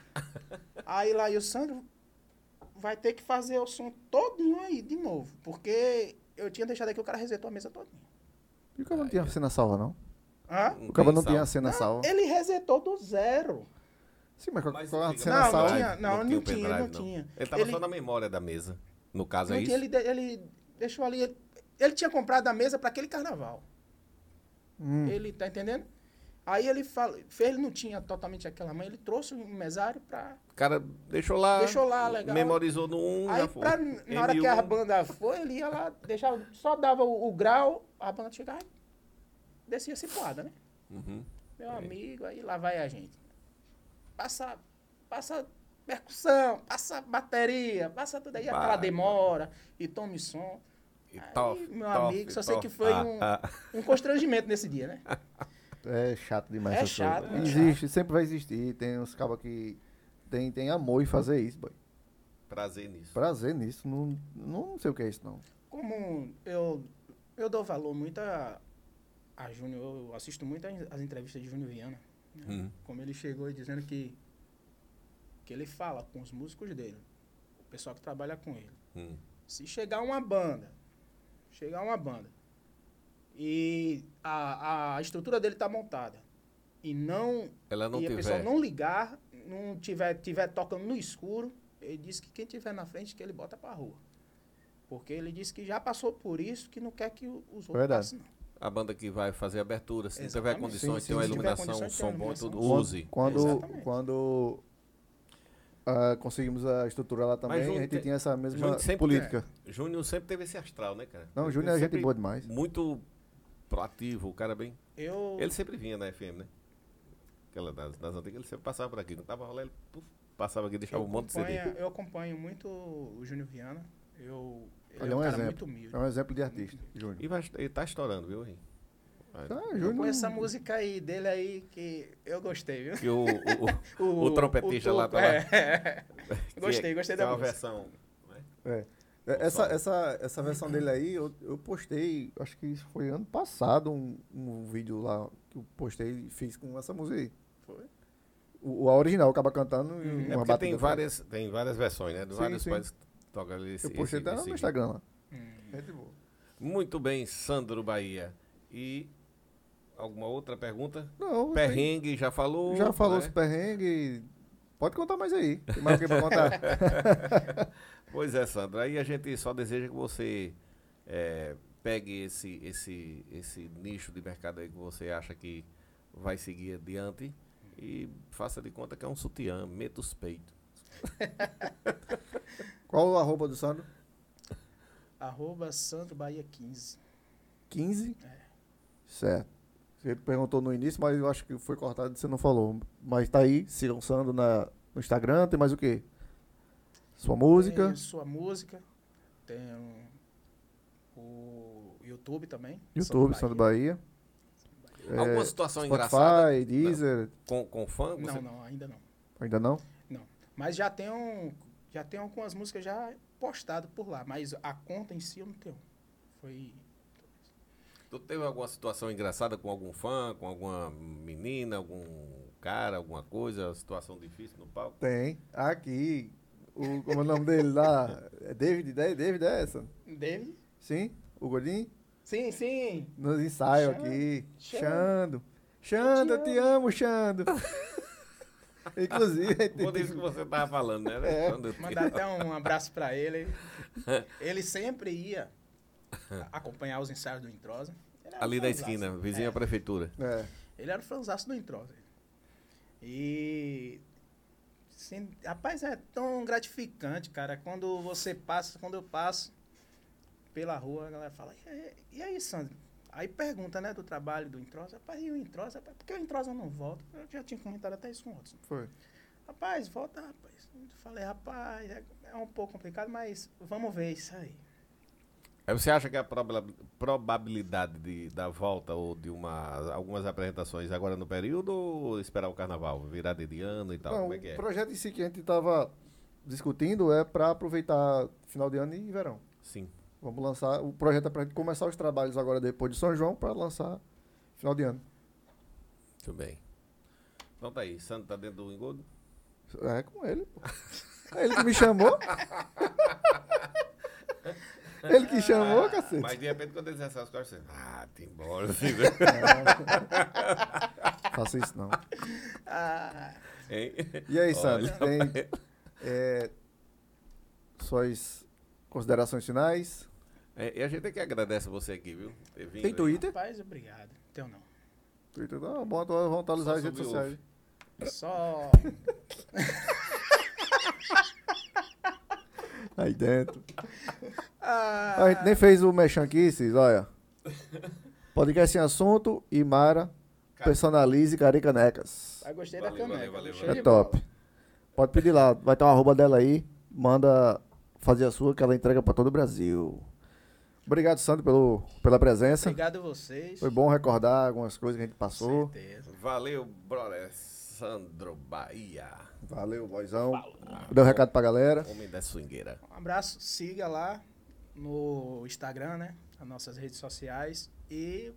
Speaker 3: Aí Laís, Sandro, vai ter que fazer o som todinho aí, de novo. Porque eu tinha deixado aqui, o cara resetou a mesa todinha.
Speaker 1: E o cara não tinha cena salva, não?
Speaker 3: Hã?
Speaker 2: Não
Speaker 1: O cara não
Speaker 2: tem
Speaker 1: tinha
Speaker 2: sal.
Speaker 1: cena salva.
Speaker 3: Ele resetou do zero.
Speaker 1: Sim, mas qual
Speaker 2: Mas
Speaker 1: qual é a
Speaker 2: fica- né?
Speaker 1: cena
Speaker 3: Não,
Speaker 1: salva?
Speaker 3: tinha- não, não
Speaker 2: o
Speaker 3: tinha,
Speaker 2: pendrive,
Speaker 3: não tinha.
Speaker 2: Ele tava
Speaker 3: Ele-
Speaker 2: só na memória da mesa. No caso,
Speaker 3: Não
Speaker 2: é
Speaker 3: tinha,
Speaker 2: isso?
Speaker 3: ele, de- ele deixou ali. Ele, ele tinha comprado a mesa para aquele carnaval.
Speaker 1: Hum.
Speaker 3: Ele tá entendendo? Aí ele fala, ele não tinha totalmente aquela mãe, ele trouxe um mesário para.
Speaker 2: O cara deixou lá,
Speaker 3: Deixou lá, legal.
Speaker 2: memorizou no 1,
Speaker 3: Aí pra, na hora que a banda foi, ele ia lá, deixava, só dava o, o grau, a banda chegava, descia cipuada, né?
Speaker 2: Uhum.
Speaker 3: Meu amigo, aí lá vai a gente. Passa, passa percussão, passa bateria, passa tudo aí, aquela
Speaker 2: Vai.
Speaker 3: demora, e tome som. Aí, meu amigo, só sei que foi
Speaker 2: Ah,
Speaker 3: um, um constrangimento nesse dia, né?
Speaker 1: É chato demais.
Speaker 3: É
Speaker 1: essas coisas.
Speaker 3: chato, é
Speaker 2: né?
Speaker 1: Existe, sempre vai existir. Tem uns cabos que tem, tem amor em fazer isso, boy.
Speaker 2: Prazer nisso.
Speaker 1: Prazer nisso. Não, não sei o que é isso, não.
Speaker 3: Como eu, eu dou valor muito a, a Júnior, eu assisto muito as as entrevistas de Júnior Viana. né?
Speaker 2: Hum.
Speaker 3: Como ele chegou e dizendo que, que ele fala com os músicos dele, o pessoal que trabalha com ele.
Speaker 2: Hum.
Speaker 3: Se chegar uma banda, chegar uma banda, e a, a estrutura dele tá montada, e não
Speaker 2: Ela não
Speaker 3: e a pessoa
Speaker 2: tiver.
Speaker 3: não ligar, não tiver, tiver tocando no escuro, ele disse que quem tiver na frente que ele bota pra rua. Porque ele disse que já passou por isso, que não quer que o- os outros
Speaker 1: Verdade.
Speaker 3: passem, não.
Speaker 2: A banda que vai fazer abertura, se não tiver
Speaker 3: Exatamente.
Speaker 2: condições,
Speaker 1: Sim,
Speaker 2: tem uma
Speaker 1: sim, sim.
Speaker 2: iluminação,
Speaker 3: Se
Speaker 2: um
Speaker 3: tiver
Speaker 2: som bom,
Speaker 3: condições, tem
Speaker 2: tudo,
Speaker 3: uma
Speaker 2: use.
Speaker 1: Quando,
Speaker 3: Exatamente.
Speaker 1: quando ah, conseguimos a estrutura lá também,
Speaker 2: Júnior
Speaker 1: a gente
Speaker 2: tem-
Speaker 1: tinha essa mesma
Speaker 2: Júnior sempre-
Speaker 1: política.
Speaker 2: Júnior sempre teve esse astral, né, cara?
Speaker 1: Não,
Speaker 2: Ele
Speaker 1: o Júnior é gente
Speaker 2: sempre
Speaker 1: boa demais.
Speaker 2: Muito proativo, o cara bem.
Speaker 3: Eu,
Speaker 2: Ele sempre vinha na FM, né? Aquela das, das antigas, ele sempre passava por aqui. Quando tava rolando, ele puf, passava aqui e
Speaker 3: eu,
Speaker 2: deixava um monte de CD.
Speaker 3: acompanho, eu acompanho muito o Júnior Viana. Eu, ele
Speaker 1: Olha,
Speaker 3: é
Speaker 1: um
Speaker 3: um cara
Speaker 1: exemplo.
Speaker 3: muito humilde.
Speaker 1: É um exemplo de artista, Júnior.
Speaker 2: E vai, ele tá estourando, viu, hein? Vai.
Speaker 1: Tá,
Speaker 3: Eu
Speaker 1: Júnior.
Speaker 3: conheço essa música aí dele aí que eu gostei, viu?
Speaker 2: Que o, o- *laughs*
Speaker 3: *laughs*
Speaker 2: o trompetista lá tá lá. *laughs*
Speaker 3: É. *laughs*
Speaker 2: que
Speaker 3: Gostei, gostei
Speaker 2: que é
Speaker 3: da
Speaker 2: uma
Speaker 3: música.
Speaker 2: versão. né?
Speaker 1: É. É, Essa, essa, essa versão dele aí, eu, eu postei, acho que isso foi ano passado, um, um vídeo lá que eu postei e fiz com essa música aí.
Speaker 3: Foi.
Speaker 1: O, o- a original, acaba cantando e
Speaker 3: Uhum.
Speaker 2: É
Speaker 1: uma
Speaker 2: porque tem
Speaker 1: batida.
Speaker 2: várias, tem várias versões, né? De
Speaker 1: Sim,
Speaker 2: vários
Speaker 1: sim.
Speaker 2: países toca ali esse,
Speaker 1: Eu postei
Speaker 2: esse-
Speaker 1: até no
Speaker 2: esse-
Speaker 1: meu Instagram lá.
Speaker 3: Hum.
Speaker 2: Muito bem, Sandro Bahia. E alguma outra pergunta?
Speaker 1: Não, tem-
Speaker 2: Perrengue, já falou.
Speaker 1: já falou os
Speaker 2: né?
Speaker 1: perrengues. Pode contar mais aí. Tem mais o que pra
Speaker 2: *laughs*
Speaker 1: contar?
Speaker 2: Pois é, Sandro. Aí a gente só deseja que você eh, pegue esse, esse, esse nicho de mercado aí que você acha que vai seguir adiante e faça de conta que é um sutiã, meta os peitos.
Speaker 1: Qual o arroba do Sandro?
Speaker 3: Arroba Sandro Bahia 15.
Speaker 1: 15?
Speaker 3: É.
Speaker 1: Certo. Você perguntou no início, mas eu acho que foi cortado e você não falou. Mas tá aí, sigam o Sandro na, no Instagram, tem mais o quê? Sua música,
Speaker 3: Tem sua música. Tem um- o YouTube também.
Speaker 1: YouTube, Sandro
Speaker 3: Sandro
Speaker 1: Bahia,
Speaker 2: Alguma situação engraçada
Speaker 1: É, Spotify, Deezer,
Speaker 2: com, com fã? Você...
Speaker 3: Não, não, ainda não.
Speaker 1: ainda não?
Speaker 3: Mas já tem um, já tem algumas músicas já postadas por lá, mas a conta em si eu não tenho. Foi
Speaker 2: Tu teve alguma situação engraçada com algum fã, com alguma menina, algum cara, alguma coisa, situação difícil
Speaker 1: *laughs*
Speaker 2: no palco?
Speaker 1: Tem. Aqui, o, como é o nome dele lá? É David, né? David é essa?
Speaker 3: dele?
Speaker 1: Sim? O Godinho?
Speaker 3: Sim, sim.
Speaker 1: Nos ensaios
Speaker 3: Xando,
Speaker 1: aqui. Xando.
Speaker 3: Xando.
Speaker 1: Xando, eu te amo, *laughs* Xando. Inclusive,
Speaker 2: Quando isso que você tava falando, né?
Speaker 1: É.
Speaker 2: Quando eu-
Speaker 3: Mandar até um abraço
Speaker 2: *laughs*
Speaker 3: pra ele. Ele sempre ia acompanhar os ensaios do Introsa. Ele era
Speaker 2: Ali
Speaker 3: um
Speaker 2: da
Speaker 3: fanzaço.
Speaker 2: esquina, vizinha à prefeitura.
Speaker 1: é.
Speaker 3: Ele era o franzaço do Introsa. E. Sim, rapaz, é tão gratificante, cara. Quando você passa, quando eu passo pela rua, a galera fala: e, aí- e aí, Sandro? Aí pergunta, né, do trabalho do Introsa. Rapaz, e o Introsa? Rapaz, por que o Introsa não volta? Eu já tinha comentado até isso com outros.
Speaker 1: Foi.
Speaker 3: Rapaz, volta, rapaz. Eu falei, rapaz, é, é um pouco complicado, mas vamos ver isso aí. *laughs*
Speaker 2: Aí você acha que a proba- probabilidade de, da volta ou de uma, algumas apresentações agora no período ou esperar o carnaval, virada de ano e tal?
Speaker 1: Não,
Speaker 2: como é que é?
Speaker 1: o projeto em si que a gente tava discutindo é para aproveitar final de ano e verão.
Speaker 2: Sim.
Speaker 1: Vamos lançar. O projeto é pra gente começar os trabalhos agora depois de São João para lançar final de ano.
Speaker 2: Muito bem. Então tá aí, Santo tá dentro do engodo?
Speaker 1: É com ele, pô. É ele que me
Speaker 2: *laughs*
Speaker 1: chamou. ele que chamou, cacete.
Speaker 2: Ah, Mas de repente quando ele diz essas coisas, você... Ah, tem embora. né?
Speaker 1: *laughs* Faça isso não.
Speaker 3: Ah,
Speaker 2: Hein?
Speaker 1: E aí,
Speaker 2: Olha,
Speaker 1: Sandro, tem é, suas considerações finais?
Speaker 2: *laughs* É, e a gente é que agradece você aqui, viu? Ter vindo
Speaker 1: Tem
Speaker 2: aí.
Speaker 1: Twitter?
Speaker 3: rapaz, obrigado. Então não.
Speaker 1: Twitter, não, bom, então vamos atualizar
Speaker 2: Só
Speaker 1: as redes
Speaker 2: sobre
Speaker 1: sociais.
Speaker 3: Só.
Speaker 1: Aí dentro.
Speaker 3: Ah,
Speaker 1: A gente nem fez o mexão aqui, Cis,
Speaker 3: *laughs*
Speaker 1: olha. Podcast sem assunto e Mara personalize caricanecas.
Speaker 3: eu gostei da
Speaker 2: Valeu,
Speaker 3: caneca.
Speaker 2: valeu, valeu,
Speaker 3: gostei
Speaker 1: É
Speaker 3: de
Speaker 1: top.
Speaker 3: bola.
Speaker 1: Pode pedir lá, vai ter uma arroba dela aí, manda fazer a sua que ela entrega pra todo o Brasil. Obrigado, Sandro, pelo, pela presença.
Speaker 3: Obrigado a vocês.
Speaker 1: Foi bom recordar algumas coisas que a gente
Speaker 3: Com
Speaker 1: passou.
Speaker 3: certeza.
Speaker 2: Valeu, brother. Sandro Bahia.
Speaker 1: Valeu, boizão. Deu um recado pra galera.
Speaker 2: Homem da swingueira.
Speaker 3: Um abraço, siga lá no Instagram, né? As nossas redes sociais. E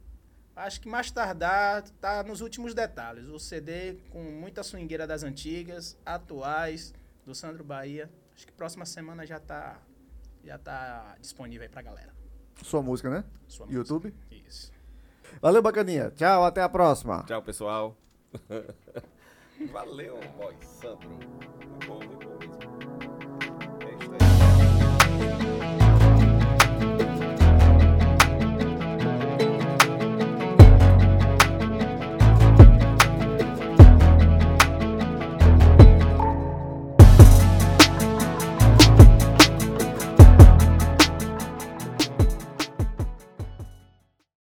Speaker 3: acho que mais tardar tá nos últimos detalhes. O CD com muita swingueira das antigas, atuais, do Sandro Bahia. Acho que próxima semana já tá, já tá disponível aí pra galera.
Speaker 1: Sua música, né?
Speaker 3: Sua
Speaker 1: YouTube?
Speaker 3: música. Isso.
Speaker 1: Valeu, bacaninha. Tchau, até a próxima.
Speaker 2: *laughs* Tchau, pessoal. Valeu, boy Sandro. Muito bom, muito bom.